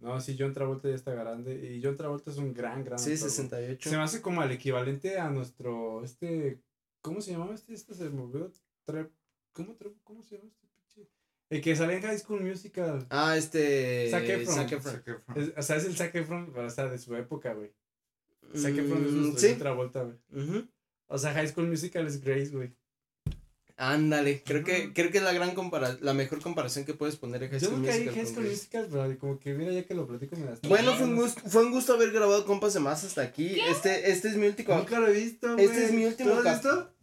A: No, sí, John Travolta ya está grande. Y John Travolta es un gran, gran
C: Sí,
A: actor, güey.
C: 68.
A: Se me hace como al equivalente a nuestro, este, ¿cómo se llamaba este? Este se movió, Tre- ¿cómo, Tre- ¿cómo se llama este pinche? El que sale en High School Musical.
C: Ah, este...
A: Zac Efron.
C: Zac
B: Zac
C: Efron.
B: Efron.
A: Es- o sea, es el Zac Efron, pero, o sea, de su época, güey. Zac Efron es
C: Mm,
A: nuestro
C: sí.
A: John Travolta, güey.
C: Ujú.
A: O sea, High School Musical es Grace, güey.
C: Ándale, creo que
B: Ujú.
C: creo que es la gran compara la mejor comparación que puedes poner en High
A: Yo
C: School
A: nunca vi
C: Musical
A: High
C: con
A: School
C: Grace.
A: Musical, pero como que mira, ya que lo platico me las...
C: Bueno, fue un, gusto, fue un gusto haber grabado Compas de Más hasta aquí. Este este es mi último
A: Nunca lo he visto, güey.
C: Este es mi último
A: ¿Tú lo has
C: cap-
A: visto?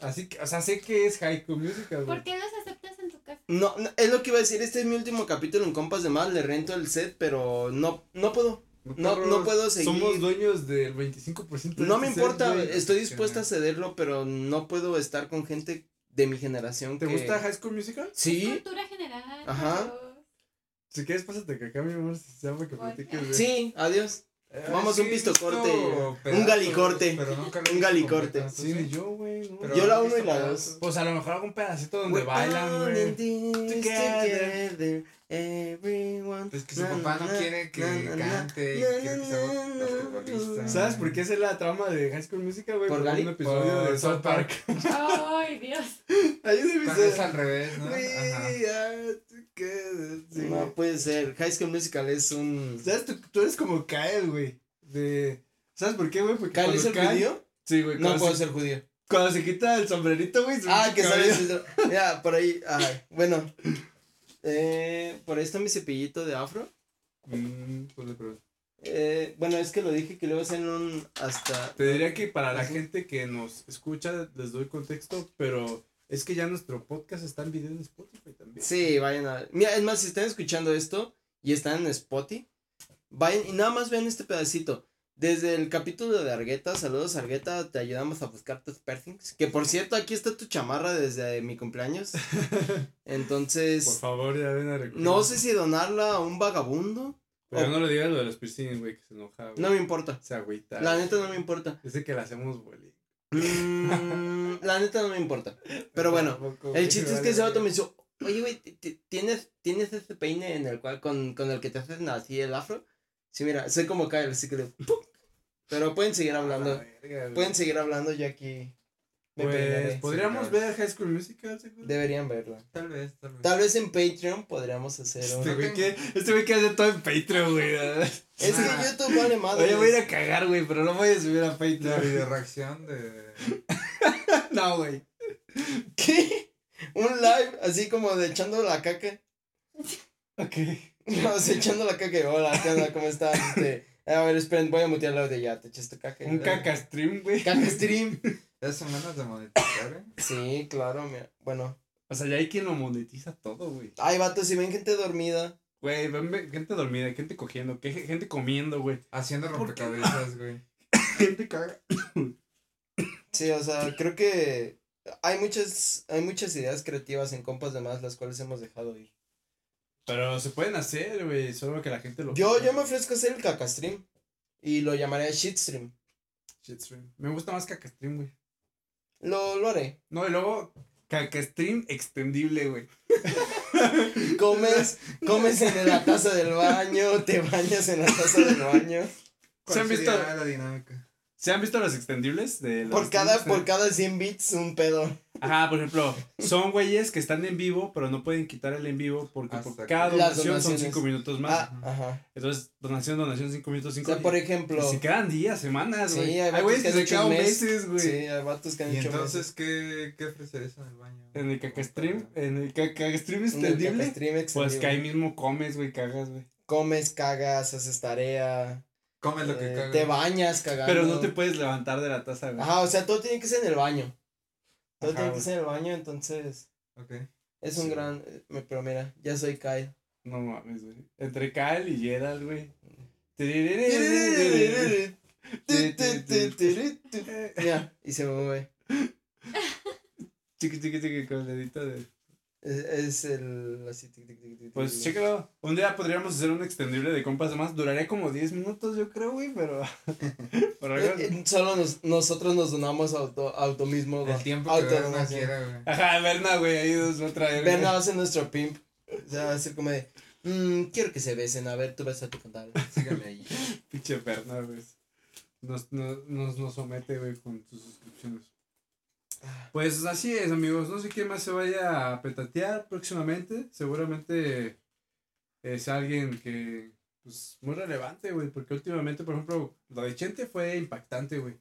A: Así que, o sea, sé que es High School Musical, güey.
D: ¿Por qué los aceptas en tu casa?
C: No, no, es lo que iba a decir, este es mi último capítulo en Compas de Más, le rento el set, pero no, no puedo, no,
A: Perros,
C: no puedo seguir.
A: Somos dueños del 25% de
C: no me
A: este
C: importa,
A: set, güey.
C: estoy dispuesta a cederlo, pero no puedo estar con gente de mi generación
A: ¿Te
C: que-
A: gusta High School Musical?
C: Sí,
D: Cultura general.
C: Ajá.
D: pero-
A: Si quieres, pásate que acá, mi amor, si sea para que
D: Voy.
A: platiques. güey.
C: sí, adiós.
B: Eh,
C: Vamos,
B: sí
C: un
B: he visto
C: pistocorte,
B: pedazos,
C: un galicorte,
B: pero nunca lo he
C: un
B: visto
C: galicorte.
B: completo,
A: Sí, ni
B: entonces,
A: yo, güey. no.
B: pero
C: Yo la
B: he
C: uno y
B: visto
C: la
B: pedazos.
A: Pues a lo mejor algún pedacito donde
C: We're
A: bailan,
C: all in
A: güey.
C: this
A: Together.
C: together, Everyone.
B: Es Pues que su
C: na,
B: papá
C: na,
B: no
C: na,
B: quiere que
C: na, na, na,
B: cante y
C: na,
B: quiere que
C: na,
B: sea
C: na, na.
B: basquetbolista.
A: ¿Sabes por qué es la trama de High School Musical, güey?
C: ¿Por
A: un
C: Gali?
A: episodio
B: Por
A: de South
B: South
A: Park. (laughs)
D: Ay, Dios.
A: Ahí se me
B: Cuando es
A: hizo-
B: al revés, ¿no? Ajá.
A: We are together, sí.
C: No puede ser. High School Musical es un.
A: ¿Sabes? Tú, tú eres como Kyle, güey. De... ¿Sabes por qué, güey? Porque
C: ¿Kyle
A: cuando
C: es el
A: Kyle-
C: judío?
A: Sí, güey.
C: No
A: cuando
C: puedo
A: se-
C: ser judío.
A: Cuando se quita el sombrerito, güey. se
C: Ah,
A: pinche
C: que
A: cabello.
C: sabes. Ya, por ahí. Ay, bueno. Eh, por ahí está mi cepillito de afro.
A: Mm, pues le pregunto.
C: Eh, bueno, es que lo dije que le iba a hacer un hasta.
A: Te diría que para la
C: Ujú.
A: gente que nos escucha, les doy contexto, pero es que ya nuestro podcast está en video en Spotify también.
C: Sí, vayan a. Mira, es más, si están escuchando esto y están en Spotify, vayan y nada más vean este pedacito. Desde el capítulo de Argueta, saludos Argueta, te ayudamos a buscar tus perfings. Que por cierto, aquí está tu chamarra desde mi cumpleaños.
A: Por
C: Entonces,
A: favor, ya ven a recoger.
C: no sé si donarla a un vagabundo.
A: Pero no le digas lo de los piercings, güey, que se enoja, güey.
C: No me importa.
A: Se agüita.
C: La neta no me
A: (laughs)
C: importa.
A: Dice que le hacemos bullying.
C: Mm, la neta no me importa. Pero bueno,
A: Tampoco, güey,
C: el chiste es
A: vale,
C: que ese
A: güey.
C: vato me dijo, oye, güey, ti- ti- ¿tienes, ¿tienes este peine en el cual, con, con el que te hacen así el afro? Sí, mira, soy como Kyle, así que le... ¡pum! Pero pueden seguir
A: A la
C: hablando,
A: verga, güey.
C: pueden seguir hablando, yo aquí me
A: Pues
C: peinaré.
A: podríamos
B: sí, claro.
A: ver High School Musical, seguro.
C: Deberían verlo.
B: Tal vez, tal vez.
C: Tal vez en Patreon podríamos hacer
A: Este
C: un...
A: güey que, este güey que hace todo en
C: (laughs)
A: Patreon, güey.
C: Es que
B: Ah.
C: YouTube vale madre.
A: Oye, voy a ir a cagar, güey, pero no voy a subir a
B: La
A: Patreon. (laughs)
B: video reacción de.
A: No, güey.
C: ¿Qué? Un live así como de echando la caca.
A: Ok.
C: No, se echando la caca. Hola, ¿qué onda? ¿Cómo estás? Este, a ver, esperen, voy a mutear el audio ya. Te eché esta caca.
A: Un caca stream, güey.
C: Caca stream.
B: Ya son ganas de monetizar, ¿eh?
C: Sí, claro, mira. Bueno,
A: O sea, ya hay quien lo monetiza todo, güey.
C: ay, vato, si ven gente dormida.
A: Güey, ven, ve- gente dormida, gente cogiendo, que- gente comiendo, güey.
B: Haciendo
A: ¿Por qué?
B: rompecabezas, güey.
A: Gente caga.
C: Sí, o sea, creo que hay muchas, hay muchas ideas creativas en compas de más las cuales hemos dejado ir.
A: Pero se pueden hacer, güey, solo que la gente lo...
C: Yo, yo me ofrezco a hacer el caca stream. Y lo llamaré shitstream.
A: Shitstream. Me gusta más caca stream, güey.
C: Lo, lo haré.
A: No, y luego caca stream extendible, güey. (laughs)
C: Comes, comes en la taza del baño, te bañas en la taza del baño.
B: ¿Cuál
A: (laughs) ¿Se han
B: sería
A: visto-
B: la
A: (laughs)
B: dinámica?
A: ¿Se han visto los extendibles? De (laughs) los
C: Por cada,
A: streams?
C: por cada 100 bits, un pedo.
A: Ajá, por ejemplo, son güeyes que están en vivo, pero no pueden quitar el en vivo porque por
B: Hasta
A: cada
C: que- Las
A: donación son
C: donaciones.
A: cinco minutos más.
C: Ah, ajá.
A: Entonces, donación, donación, cinco minutos,
C: O
A: cinco
C: sea, por ejemplo.
A: Y se quedan días, semanas,
C: Sí,
A: güey.
C: hay
A: hay
C: vatos
A: güeyes
C: que
A: que
C: han
A: se
C: hecho
A: quedan
C: un mes.
A: meses, güey.
C: Sí, hay vatos que han
B: ¿Y
C: hecho
B: entonces qué, qué ofrecerías en el baño?
A: En el caca stream, en el caca stream extendible. Pues que ahí
C: caes.
A: mismo comes, güey, cagas, güey.
C: Comes, cagas, haces tarea.
B: Come lo que
C: eh,
B: cagas.
C: te bañas cagando.
A: Pero no te puedes levantar de la taza, güey.
C: Ajá, o sea, todo tiene que ser en el baño. Todo
A: Ajá,
C: tiene que
A: güey.
C: ser en el baño, entonces.
B: Ok.
C: Es un
A: Sí.
C: gran. eh, me- Pero mira, ya soy Kyle.
A: (laughs) No mames, güey. Entre Kyle y Gerald, (laughs) güey.
C: Ya, y se mueve.
A: Chiqui, chiqui, chiqui, con el dedito de.
C: Es, es el. Así. tic, tic, tic, tic,
A: Pues
C: tic.
A: chécalo. Un día podríamos hacer un extendible de compas más. Duraría como 10 minutos, yo creo, güey, pero. (laughs) pero
C: Eh,
A: hagan-
C: eh, Solo nos, nosotros nos donamos auto, auto mismo.
B: El tiempo que Berna quiera, güey.
A: Ajá, Berna, güey, ahí nos va a traer. güey.
C: Berna va a ser nuestro pimp. O sea, va a ser como de. "Mm, quiero que se besen. A ver, tú vas a tu
A: (laughs)
C: cantar.
B: Síganme ahí.
A: Pinche Berna, güey. Nos, nos, nos, nos somete, güey, con sus suscripciones. Pues así es, amigos. No sé quién más se vaya a petatear próximamente. Seguramente es alguien que. Pues muy relevante, güey. Porque últimamente, por ejemplo, lo de Chente fue impactante, güey.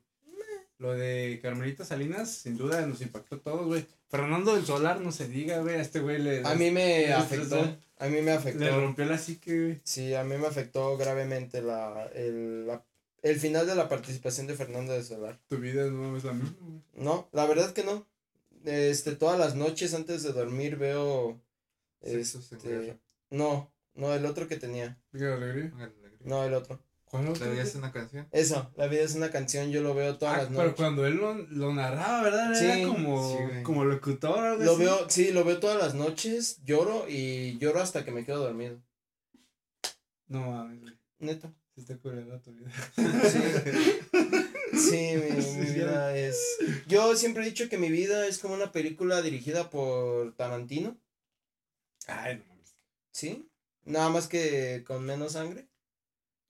A: Lo de Carmelita Salinas, sin duda, nos impactó a todos, güey. Fernando del Solar, no se diga, güey. A este güey le,
C: A mí me
A: le-
C: afectó. A mí me
A: le
C: afectó.
A: rompió la psique, güey.
C: Sí, a mí me afectó gravemente la, el, la- el final de la participación de Fernando de Solar.
A: Tu vida no es la misma, güey.
C: No, la verdad que no. Este, todas las noches antes de dormir veo.
B: Sexos en
C: este,
B: guerra.
C: no, no, el otro que tenía.
A: Qué alegría.
B: Póngale la alegría.
C: No, el otro.
A: ¿Cuál
B: ¿Le
A: otro, güey?
B: veías una
C: (laughs)
B: canción?
C: Eso, la vida es una canción, yo lo veo todas
A: Ah,
C: las
A: pero
C: noches.
A: cuando él lo, lo narraba, ¿verdad?
C: Sí,
A: Era como,
B: sí, güey.
A: como locutor o algo
C: Lo
A: así.
C: veo, sí, lo veo todas las noches, lloro y lloro hasta que me quedo dormido.
A: No mames, güey.
C: Neta.
A: Se está curando tu vida. (laughs)
C: Sí, mi,
A: Sí,
C: mi
A: ya.
C: vida es. Yo siempre he dicho que mi vida es como una película dirigida por Tarantino,
A: Ay, no mames.
C: ¿sí? Nada más que con menos sangre.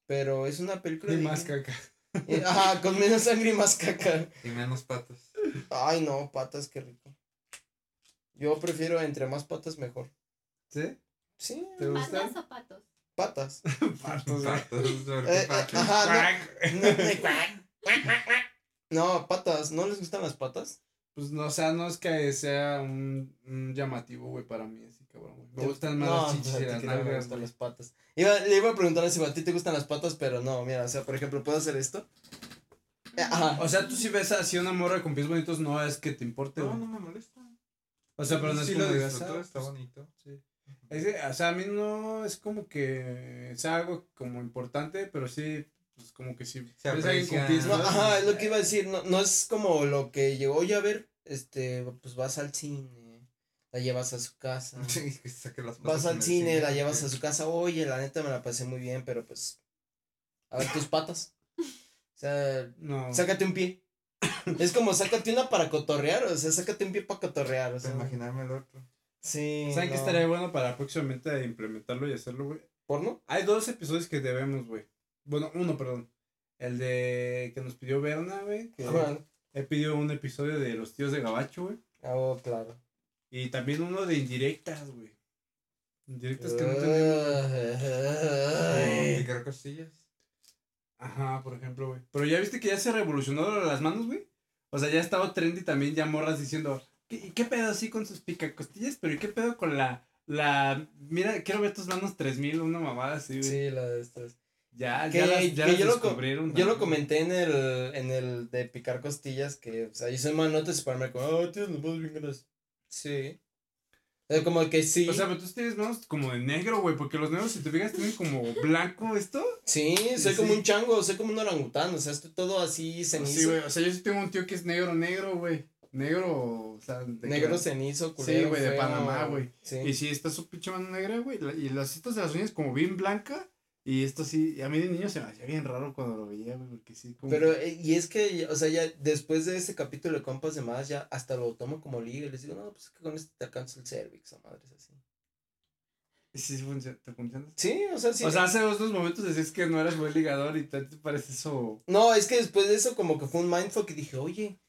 C: Pero es una película.
A: Y
C: de-
A: más caca. (laughs)
C: Eh, (laughs) Ajá, con menos sangre y más caca.
B: Y menos
C: (laughs)
B: patas.
C: Ay, no, patas, qué rico. Yo prefiero entre más patas mejor.
A: ¿Sí?
C: Sí,
A: ¿Te gusta?
D: ¿Patas o patos?
A: (laughs)
C: patas.
A: Patos, güey.
B: Patas, ¿por
C: Eh,
B: qué
C: eh,
B: patas?
C: ajá, no, no, no, patas. ¿No les gustan las patas?
A: Pues no, o sea, no es que sea un, un llamativo, güey, para mí, así cabrón, güey. Me gustan más
C: no,
A: las chichis
C: a ti
A: y las
C: que no me
A: nalgas,
C: gustan
A: güey.
C: las patas. Iba, le iba a preguntar a ese güey, ¿a ti te gustan las patas? Pero no, mira, o sea, por ejemplo, ¿puedo hacer esto? Eh, Ajá.
A: O sea, tú si ves así una morra con pies bonitos, no es que te importe,
B: No,
A: güey.
B: no me molesta.
A: Ah. O sea, pero no es
B: sí
A: como
B: lo
A: de
B: disfruto,
A: "Ah,
B: está
A: pues,
B: bonito.
A: Es que, o sea, a mí no es como que sea algo como importante, pero sí, pues como que sí.
B: Se
A: ves a alguien con
B: aprecia.
A: pies
C: No,
A: bonitos,
C: ajá, es lo que iba a decir, no, no es como lo que llegó, oye, a ver, este, pues vas al cine, la llevas a su casa.
B: (laughs) Ah, Sí, que saque las
C: Vas
B: patas en
C: al
B: el
C: cine, la llevas a su casa, oye, la neta me la pasé muy bien, pero pues, a ver tus patas. O sea,
A: No.
C: sácate un pie. Es como sácate una para cotorrear, o sea, sácate un pie para cotorrear, o
B: Para
C: sea.
B: imaginarme el otro.
C: Sí.
A: ¿Saben qué
C: no.
A: estaría bueno para próximamente implementarlo y hacerlo, güey?
C: ¿Porno?
A: Hay dos episodios que debemos, güey. Bueno, uno, perdón. El de que nos pidió Berna, güey. Que
C: Bueno,
A: he pedido un episodio de Los Tíos de Gabacho, güey.
C: ah, oh, claro.
A: Y también uno de indirectas, güey. Indirectas
C: Ah.
A: que no tenemos.
C: (laughs) Ay.
B: Picar costillas.
A: Ajá, por ejemplo, güey. Pero ya viste que ya se revolucionó lo de las manos, güey. O sea, ya estaba trendy también, ya morras diciendo, ¿qué, y qué pedo así con sus picacostillas? Pero ¿y qué pedo con la, la, mira, quiero ver tus manos 3000, una mamada así, güey.
C: Sí, la de estas.
A: Ya,
C: Que-
A: ya las, ya
C: que
A: las
C: yo lo co-
A: descubrieron.
C: Yo lo
A: también.
C: comenté en el, en el de picar costillas, que, o sea, yo soy manote de supermercado, oh, tienes los huevos bien grandes. Sí. O sea, como que sí.
A: O sea, pero tú tienes manos como de negro, güey, porque los negros, si te fijas, tienen como blanco
C: (laughs)
A: esto.
C: Sí, soy
A: Sí.
C: como un chango, soy como un orangután, o sea, estoy todo así cenizo.
A: Sí, güey, o sea, yo sí tengo un tío que es negro, negro, güey. Negro, o sea, de
C: negro
A: que-
C: cenizo,
A: Sí,
C: culero.
A: güey, de
C: feo.
A: Panamá, güey.
C: Sí.
A: Y sí, está su pinche mano negra, güey. la- Y las estas de las uñas como bien blanca. Y esto sí, y a mí de niño se me hacía bien raro cuando lo veía, güey, porque sí, como.
C: Pero,
A: que-
C: eh, y es que, ya- o sea, ya después de ese capítulo de compas de más, ya hasta lo tomo como liga y les digo, no, pues que con esto te alcanzo el cervix, o madres así.
A: Sí, sí, funciona, ¿te funciona?
C: Sí, o sea, sí.
A: o sea, hace dos, dos momentos decías que no eras buen ligador y tal, te parece eso.
C: No, es que después de eso como que fue un mindfuck y dije, oye,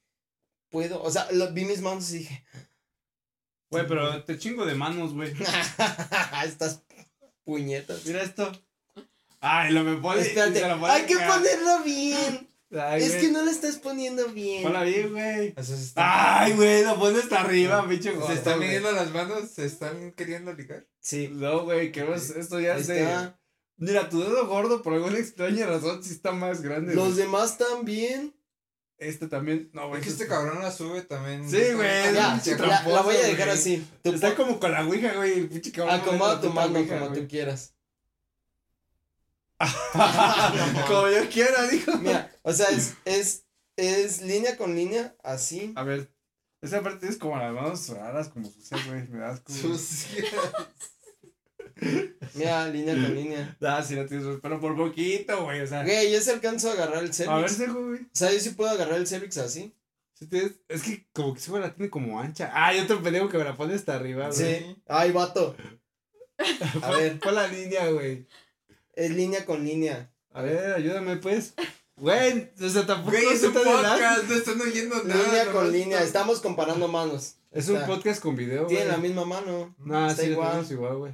C: puedo, o sea, lo- vi mis manos y dije,
A: Güey, pero te chingo de manos, güey.
C: (laughs) "Ah, estas puñetas.
A: Mira esto. Ay, lo me pone.
C: Espérate,
A: se lo pone
C: hay que
A: acá.
C: ponerla bien.
A: Ay,
C: Es
A: güey,
C: que no la estás poniendo bien.
A: Ponla bien, güey.
B: O sea, se están,
A: Ay, güey, lo pones hasta arriba, pinche
B: se
A: gordo,
B: están
A: güey.
B: midiendo las manos, se están queriendo ligar.
C: Sí.
A: No, güey, que vos- esto ya
C: Ahí
A: se.
C: está.
A: Mira, tu dedo gordo, por alguna extraña razón, sí está más grande.
C: Los
A: güey.
C: demás también.
A: Este también. No, güey.
B: Es que
A: este
B: este cabrón la sube también.
A: Sí, güey,
B: Está-
C: Ya,
A: un pinche
C: la- la,
A: tramposo,
C: voy a dejar
A: güey.
C: así. Tú
A: Está
C: pon-
A: como con la ouija, güey. el pinche cabrón.
C: Acomoda
A: la
C: tu
A: puta
C: mano
A: ouija,
C: como
A: (laughs) güey.
C: tú quieras.
A: como yo quiera, dijo.
C: Mira, o sea, es, es, es línea con línea, así.
A: A ver. Esa parte es como las manos raras, como sucias, güey. Me das como.
B: Sucia.
C: Mira, línea con línea.
A: Ah, sí, la tienes, pero por poquito, güey. O sea.
C: Güey, yo se alcanzo a agarrar el
A: A ver,
C: cervix.
A: ese, güey.
C: O sea, yo sí puedo agarrar el cervix así.
A: Si tienes- Es que como que ese güey la tiene como ancha. Ah, yo te peleo que me la pone hasta arriba, güey.
C: Sí. Ay, vato. A ver,
A: Pon la línea, güey.
C: es línea con línea.
A: A ver, ayúdame, pues. Güey, o sea, tampoco
B: Güey, es
A: se
B: un
A: te adelantes.
B: podcast, no están oyendo nada.
C: Línea
B: nomás
C: con línea,
B: están-
C: estamos comparando manos.
A: Es un
B: Ah.
C: Está.
A: podcast con video, güey.
C: Tienen la
B: (laughs)
C: misma mano.
A: No,
C: Está
A: sí,
C: igual.
A: igual. igual, güey.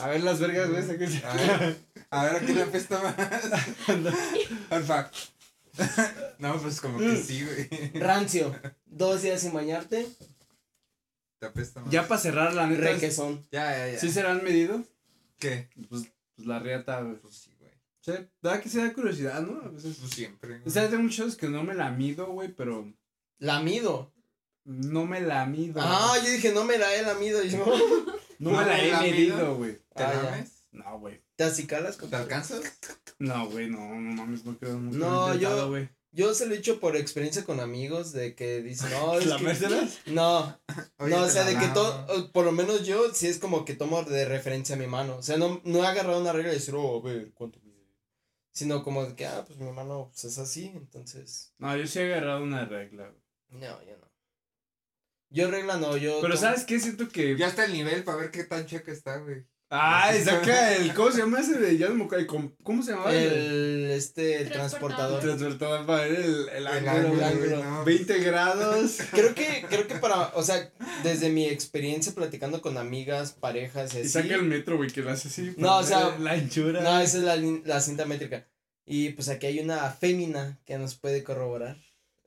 A: A ver las vergas, güey.
B: A
A: sáquense.
B: ver, a ver, aquí la pesta más. Alfa. No, pues como que sí, güey.
C: Rancio, dos días sin bañarte,
B: Te apesta más.
A: ya para cerrar, la neta. es-
C: requesón.
B: Ya, ya, ya.
A: ¿Sí serán medidos?
B: ¿Qué?
A: Pues, pues la reata, güey.
B: Pues sí, güey.
A: Sí, da que se da curiosidad, ¿no? A veces.
B: Pues siempre. güey.
A: O sea, tengo muchos que no me la mido, güey, pero
C: Lamido.
A: no me la mido.
C: Ah, yo dije, no me la he lamido. Y yo, (laughs)
A: no me
B: ¿no
A: la
B: me
A: he
B: la
A: medido,
B: mido?
A: güey.
B: ¿Te
C: Ah, ya.
B: lames?
A: No, güey.
C: ¿te acicalas con
B: ¿Te alcanzas?
A: No, güey, no, no mames, no creo. nunca
C: No,
A: lo he intentado,
C: yo-
A: güey.
C: Yo se lo he dicho por experiencia con amigos de que dicen, no, es
A: ¿La
C: que-
A: Mercedes?
C: No,
B: Oye,
C: no, o
B: te
C: sea,
B: la
C: de que
B: lamo.
C: todo, o por lo menos yo sí es como que tomo de referencia mi mano. O sea, no, no he agarrado una regla y decir, oh, a ver, ¿cuánto mide? Sino como de que, ah, pues mi mano pues, es así, entonces.
A: No, yo sí he agarrado una regla, güey.
C: No, yo no. Yo regla no, yo.
A: Pero
C: tomo-
A: ¿sabes qué? Siento que...
B: Ya está el nivel para ver qué tan checa está, güey.
J: (laughs)
A: Ay, saca el. ¿Cómo se llama ese de ya no me acuerdo, el com- ¿Cómo se llamaba?
C: El, este, el
D: Transportador.
C: transportador.
A: Transvertador para ver el, el ángulo.
C: ángulo,
A: güey.
C: ángulo.
A: No,
C: (laughs)
A: 20 grados.
C: Creo que, creo que para, o sea, desde mi experiencia platicando con amigas, parejas, y
A: Y
C: así.
A: saca el metro, güey, que lo hace así.
C: No, o sea,
A: La anchura.
C: No, esa es la, lin- la cinta métrica. Y pues aquí hay una fémina que nos puede corroborar.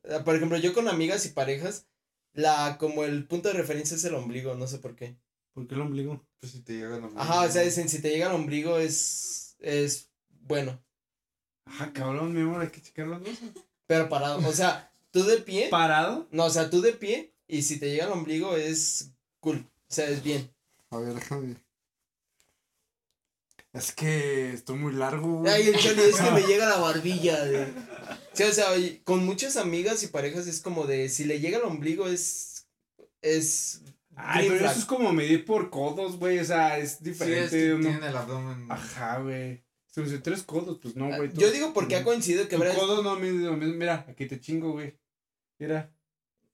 C: Eh, Por ejemplo, yo con amigas y parejas, la, como el punto de referencia es el ombligo, no sé por qué.
A: ¿Por qué el ombligo?
B: Pues si te llega nomás.
C: Ajá, o sea, dicen, si te llega el ombligo es, es bueno,
A: Ajá, Ah, cabrón, mi amor, hay que checar las dos.
C: pero parado. O sea, tú de pie,
A: ¿Parado?
C: no, o sea, tú de pie, y si te llega el ombligo es cool, o sea, es bien.
J: A ver, déjame. Es que estoy muy largo, güey.
C: Ay, el chale,
K: Es que me llega la barbilla. De...
C: Sí, o sea, oye, con muchas amigas y parejas es como de, si le llega el ombligo es, es
A: Ay,
C: Green
A: pero
C: flag.
A: eso es como medir por codos, güey. O sea, es
B: Sí,
A: diferente.
B: es que
A: uno-
B: tiene el abdomen.
A: Ajá, güey. Si me tres codos, pues no, güey. tú-
C: Ah, Yo digo porque ha coincidido que
A: Tu
C: habrá.
A: codo no mide lo mismo. Mira, aquí te chingo, güey. Mira.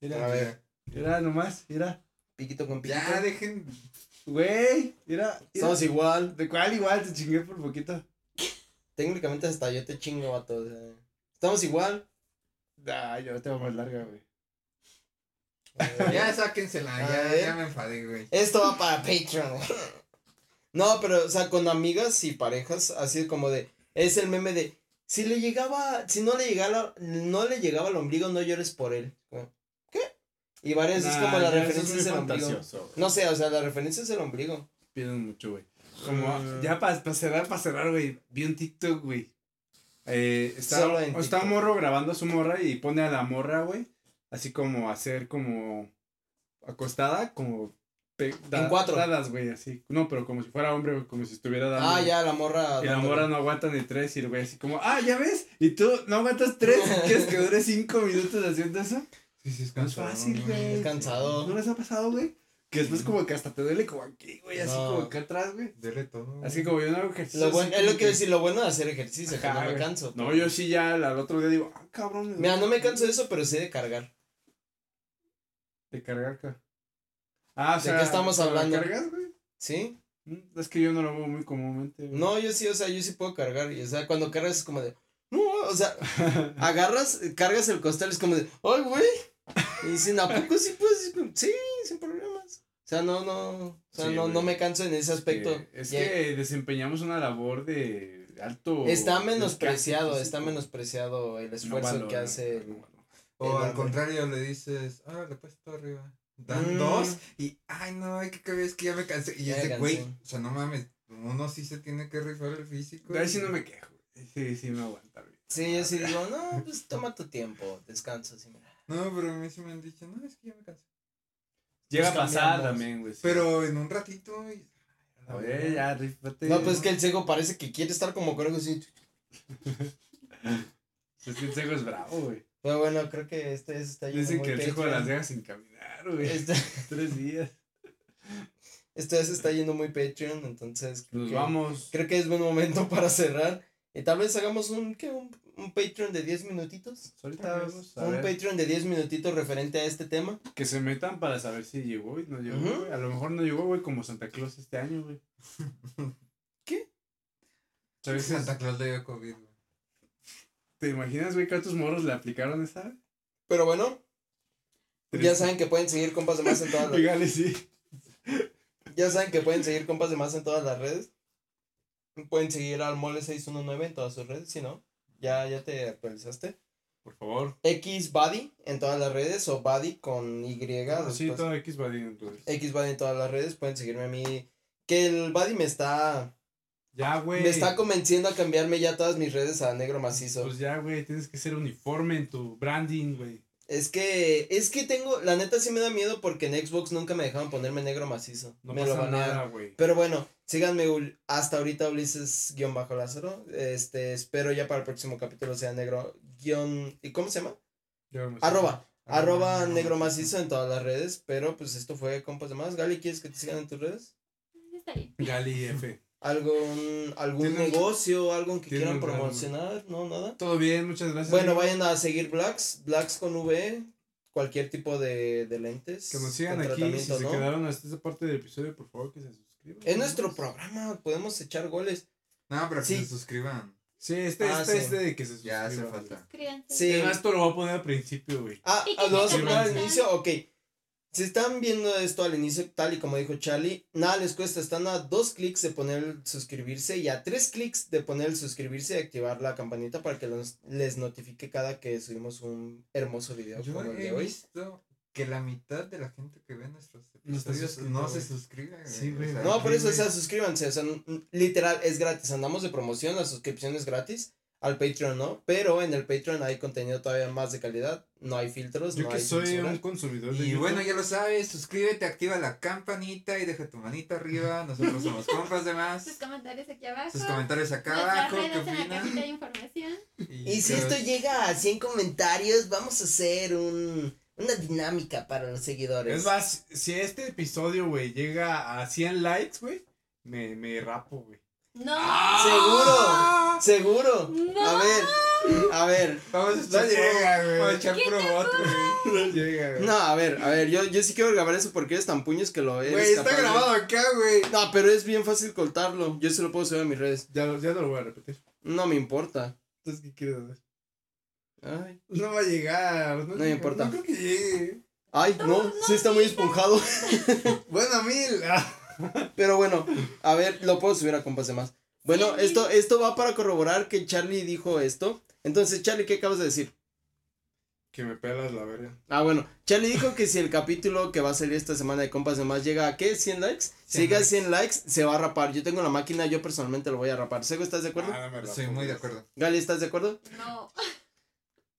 A: Mira.
C: A ver,
A: Mira nomás, mira.
C: piquito con piquito.
B: Ya, dejen.
A: Güey, mira. mira.
C: Somos igual.
A: ¿De cuál igual te chingué por poquito?
C: Técnicamente hasta yo te chingo, vato. o sea, estamos
A: (laughs)
C: igual.
A: Ah, yo la tengo más larga, güey.
B: Ya, sáquensela.
C: A
B: Ya,
C: ver.
B: ya me enfadé, güey.
C: Esto va para Patreon. No, pero, o sea, con amigas y parejas, así como de. Es el meme de. Si le llegaba. Si no le llegaba. No le llegaba el ombligo, no llores por él. ¿Qué? Y varias es
A: Nah,
C: como la
A: ya, eso
C: referencia es
A: muy
C: el ombligo.
A: fantasioso, güey.
C: No sé, o sea, la referencia es el ombligo.
A: Piden mucho, güey. Como,
C: Mm.
A: ya para cerrar, para cerrar, güey. Vi un TikTok, güey. Eh,
C: Solo
A: está,
C: en
A: está
C: TikTok.
A: morro grabando a su morra y pone a la morra, güey. Así como hacer como acostada, como pe- da-
C: cuatro.
A: dadas, güey, así. No, pero como si fuera hombre, güey, como si estuviera dando.
C: Ah, ya, la morra.
A: Y la
C: dándole.
A: morra no aguanta ni tres y el güey así como, ah, ya ves, y tú no aguantas
C: (laughs)
A: tres y quieres que dure cinco minutos haciendo eso.
B: Sí, sí, es
A: No es
B: cansado,
A: fácil,
C: Es
A: güey.
C: cansado.
A: ¿No les ha pasado, güey? Que después como que hasta te duele como aquí, güey, así
C: Mm. No.
A: como acá atrás, güey.
B: Dele todo.
A: Así como yo no hago ejercicio.
C: Lo
A: así
C: bueno, es
A: como
C: lo que decir, lo bueno de hacer ejercicio, que
A: Ajá,
C: no me
A: güey.
C: canso.
A: No, yo sí ya al al otro día digo, ah, cabrón. me
C: Mira,
A: duele".
C: no me canso de eso, pero sí de cargar.
A: De cargar acá. Ah, o
C: ¿De
A: sea,
C: qué estamos
A: ¿la
C: hablando?
A: cargas, güey?
C: ¿Sí?
A: Mm, Es que yo no lo veo muy comúnmente. güey.
C: No, yo sí, o sea, yo sí puedo cargar. Y, o sea, cuando cargas es como de. No, o
A: (laughs)
C: sea, agarras, cargas el costal, es como de. ¡Ay, güey! Y dicen, ¿a poco sí puedes? Sí, sin problemas. O sea, no, no. O sea,
A: Sí,
C: no,
A: güey.
C: no me canso en ese aspecto.
A: Eh, es
C: Ya-
A: que desempeñamos una labor de alto.
C: está
A: desgaste
C: menospreciado, está
A: físico.
C: menospreciado el
A: No
C: esfuerzo
A: valora,
C: que hace.
A: no valora.
B: O
C: El
B: al
C: hombre.
B: contrario, le dices, ah, le puedes todo arriba. Dan
C: Mm.
B: dos y, ay, no, ay, qué cabeza, es que ya me cansé. Y
C: Ya me
B: ese güey,
C: cansé.
B: o sea, no mames, uno sí se tiene que rifar el físico.
A: A ver si
C: Pues,
A: no me quejo. güey. Sí, sí, me aguanta, güey.
C: Sí, yo sí digo, no, pues toma tu tiempo, descansa, sí, mira.
B: No, pero a mí sí me han dicho, no, es que ya me cansé.
A: Llega a pasar
C: cambiamos.
A: también, güey. sí.
B: Pero en un ratito, y,
A: A ver, ya, rífate.
C: No, pues es que el ciego parece que quiere estar como creo que sí.
A: Es que el cejo es bravo, güey.
C: Pero bueno, creo que este este está yendo
A: Dicen
C: muy
A: que el cejo
C: Patreon.
A: las deja sin caminar, güey.
C: Este,
A: (laughs) Tres días.
C: esto ya se está yendo muy Patreon, entonces creo
A: Nos
C: que,
A: vamos.
C: creo que es buen momento (laughs) para cerrar. Y tal vez hagamos un, ¿qué? un, un Patreon de 10 minutitos.
A: Ahorita vamos a
C: un
A: ver.
C: Patreon de 10 minutitos referente a este tema.
A: Que se metan para saber si llegó y no llegó,
C: Ujú.
A: güey. A lo mejor no llegó, güey, como Santa Claus este
C: (laughs)
A: año, güey.
C: ¿Qué?
A: ¿Sabes?
B: Santa Claus le dio COVID, güey.
A: ¿Te imaginas, güey, cuántos morros le aplicaron esa?
C: Pero bueno, pues ya
A: Tres. (laughs)
C: saben que pueden seguir compas de más en todas las,
A: Dígale, sí.
C: ya saben que pueden seguir compas de más en todas las redes. Pueden seguir al Mole 619 en todas sus redes, si no. Ya, ya te actualizaste.
A: Por favor.
C: X Buddy en todas las redes o Buddy con Y.
A: Ah, sí,
C: después.
A: todo X va bien, entonces.
C: XBuddy en todas las redes, pueden seguirme a mí. Que el Buddy me está.
A: Ya, güey.
C: Me está convenciendo a cambiarme ya todas mis redes a negro macizo.
A: Pues ya, güey, tienes que ser uniforme en tu branding, güey.
C: es que. Es que tengo. La neta sí me da miedo porque en Xbox nunca me dejaban ponerme negro macizo.
A: No
C: me lo
A: pasa
C: banearon.
A: nada, güey.
C: Pero bueno, síganme Ul- hasta ahorita Ulises-Lázaro. Este, espero ya para el próximo capítulo sea negro. Guión, ¿Y cómo se llama?
A: Pues Ya vamos.
C: Arroba.
B: Arroba
C: Arroba
B: negro
C: negro
B: macizo.
C: macizo en todas las redes. Pero pues esto fue compas de más. Gali, ¿quieres que te sigan en tus redes?
D: Mm, Está bien.
A: Gali F.
C: algún algún
A: ¿Tienen-
C: negocio, algo que
A: tienen
C: quieran
A: algo?
C: promocionar, no nada.
A: Todo bien, muchas gracias.
C: Bueno,
A: amigo.
C: vayan a seguir Blacks, Blacks con V, cualquier tipo de, de lentes.
A: Que nos sigan
C: con
A: aquí. Si
C: tratamiento,
A: se
C: ¿no?
A: quedaron hasta esta parte del episodio, por favor, que se suscriban.
C: Es nuestro programa, podemos echar goles.
B: No, pero que
C: Sí.
B: se suscriban.
A: Sí, este,
C: Ah,
A: este,
C: sí.
A: este de que se
B: Ya
A: suscriban.
B: hace falta.
D: Créanse.
C: Sí.
A: Además, esto lo voy a poner al principio, güey.
C: Ah,
D: ¿Y
C: ah,
D: qué
C: lo vas a
A: te
C: poner al
D: cuesta?
C: inicio, ok. Si están viendo esto al inicio, tal y como dijo Charlie, nada les cuesta, están a dos clics de poner el suscribirse y a tres clics de poner el suscribirse y activar la campanita para que los- les notifique cada que subimos un hermoso video
B: Yo
C: como el
B: he
C: de hoy.
B: visto que la mitad de la gente que ve nuestros
A: No está
B: episodios
A: suscrita,
B: no se
A: güey.
B: suscribe.
A: Sí, güey.
B: o sea,
C: No, por eso, o
B: sí,
C: sea, suscríbanse, o sea, n- n- literal, es gratis, andamos de promoción, la suscripción es gratis, al Patreon no, pero en el Patreon hay contenido todavía más de calidad, no hay filtros, Pues
A: Yo
C: no
A: que
C: hay
A: soy
C: censura.
A: un consumidor de
B: Y
A: YouTube,
B: bueno, ya lo sabes, suscríbete, activa la campanita y deja tu manita (laughs) arriba. Nosotros somos compas de
D: Sus
B: más.
D: comentarios aquí abajo.
B: Sus comentarios acá
D: Nuestras
B: abajo, ¿qué
D: redes en la cajita
B: opinan?
D: de información.
E: Y si esto llega a 100 comentarios, vamos a hacer un, una dinámica para los seguidores.
A: Es más, si este episodio, güey, llega a 100 likes, güey, me, me rapo, güey.
D: No.
C: ¡Ah! Seguro.
D: No.
C: A ver, a ver.
B: Vamos a
C: No este
B: echar
C: llega,
B: puro-
A: güey.
B: Vamos a echar puro bot, güey.
A: No llega, güey.
C: No, a ver, a ver, yo, yo sí quiero grabar eso porque eres tan puños que lo eres.
B: Güey, está
C: capaz de-
B: grabado acá, güey.
C: No, pero es bien fácil cortarlo. Yo se lo puedo subir a mis redes.
A: Ya, lo- ya no lo voy a repetir.
C: No me importa.
A: Entonces, ¿qué quieres hacer?
C: Ay,
A: No va a llegar. No,
C: me importa.
A: No creo que llegue.
C: Ay, no, sí está muy esponjado. (laughs)
A: Bueno, a mí. la-
C: Pero bueno, a ver, lo puedo subir a compas de más. Bueno,
D: Sí.
C: esto, esto va para corroborar que Charlie dijo esto. Entonces, Charlie, ¿qué acabas de decir?
A: Que me pelas la verga.
C: Ah, bueno, Charlie dijo que si el capítulo que va a salir esta semana de Compas de Más llega a qué, 100 likes, si
B: 100
C: llega a
B: likes.
C: 100 likes, se va a rapar. Yo tengo la máquina, yo personalmente lo voy a rapar. Sego, ¿estás de acuerdo?
A: Ah, me rapo,
B: Estoy muy
A: güey.
B: de acuerdo.
C: Gali, ¿estás de acuerdo?
D: No.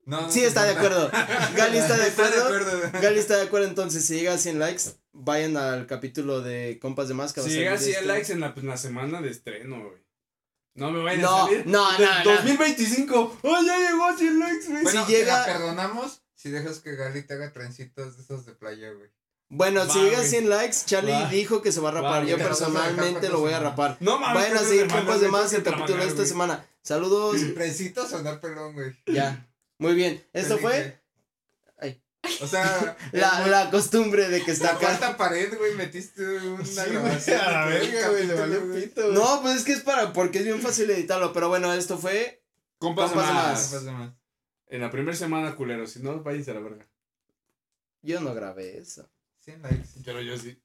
B: No, no,
C: Sí, está de acuerdo. Gali está
A: (laughs)
C: de
B: Está de
C: acuerdo.
B: acuerdo.
C: Gali está de acuerdo, entonces si llega a 100 likes, vayan al capítulo de Compas de Más que va a
A: Si
C: salir.
A: llega a 100
C: este-
A: likes en la, pues, en la semana de estreno, güey. No me vayan a
C: No,
A: salir.
C: no,
A: del
C: no, no.
A: 2025. ¡Oh, ya llegó a 100 likes, güey!
B: Bueno,
C: si
B: te
C: llega-
B: la perdonamos si dejas que Gali te haga trencitos de esos de playa, güey.
C: Bueno, si
A: Va,
C: llega a
A: güey.
C: 100 likes, Charlie
A: Va.
C: dijo que se va a rapar.
A: güey,
C: yo
A: te
B: la vas a dejar
C: personalmente
B: para
C: lo voy a
B: esta semana.
C: rapar.
A: No mames.
C: vayan a
A: esta
C: seguir
A: semana,
C: Compas de
A: güey,
C: Más el
A: tengo que
C: capítulo de esta
A: trabajar,
C: semana. Saludos.
B: Trencitos o andar pelón, güey.
C: ya. Muy bien. Esto
B: Te
C: fue.
B: dije.
C: Ay.
B: O (laughs) sea,
C: La,
B: es-
C: la costumbre de que está
B: la
C: acá.
B: cuarta pared, güey, metiste una
A: Sí, güey,
B: grabación.
A: a la
B: de todo el
A: verga, güey, le
B: capítulo,
A: valió
B: güey.
A: pito,
C: (laughs)
A: güey.
C: No, pues es que es para, porque es bien fácil editarlo, pero bueno, esto fue.
A: Compas,
C: Compas
A: de
C: más.
A: más.
B: Pasa más.
A: En la primera semana, culero. Si no, váyanse a la verga.
C: Yo no grabé eso.
B: 100 likes.
A: Pero yo sí.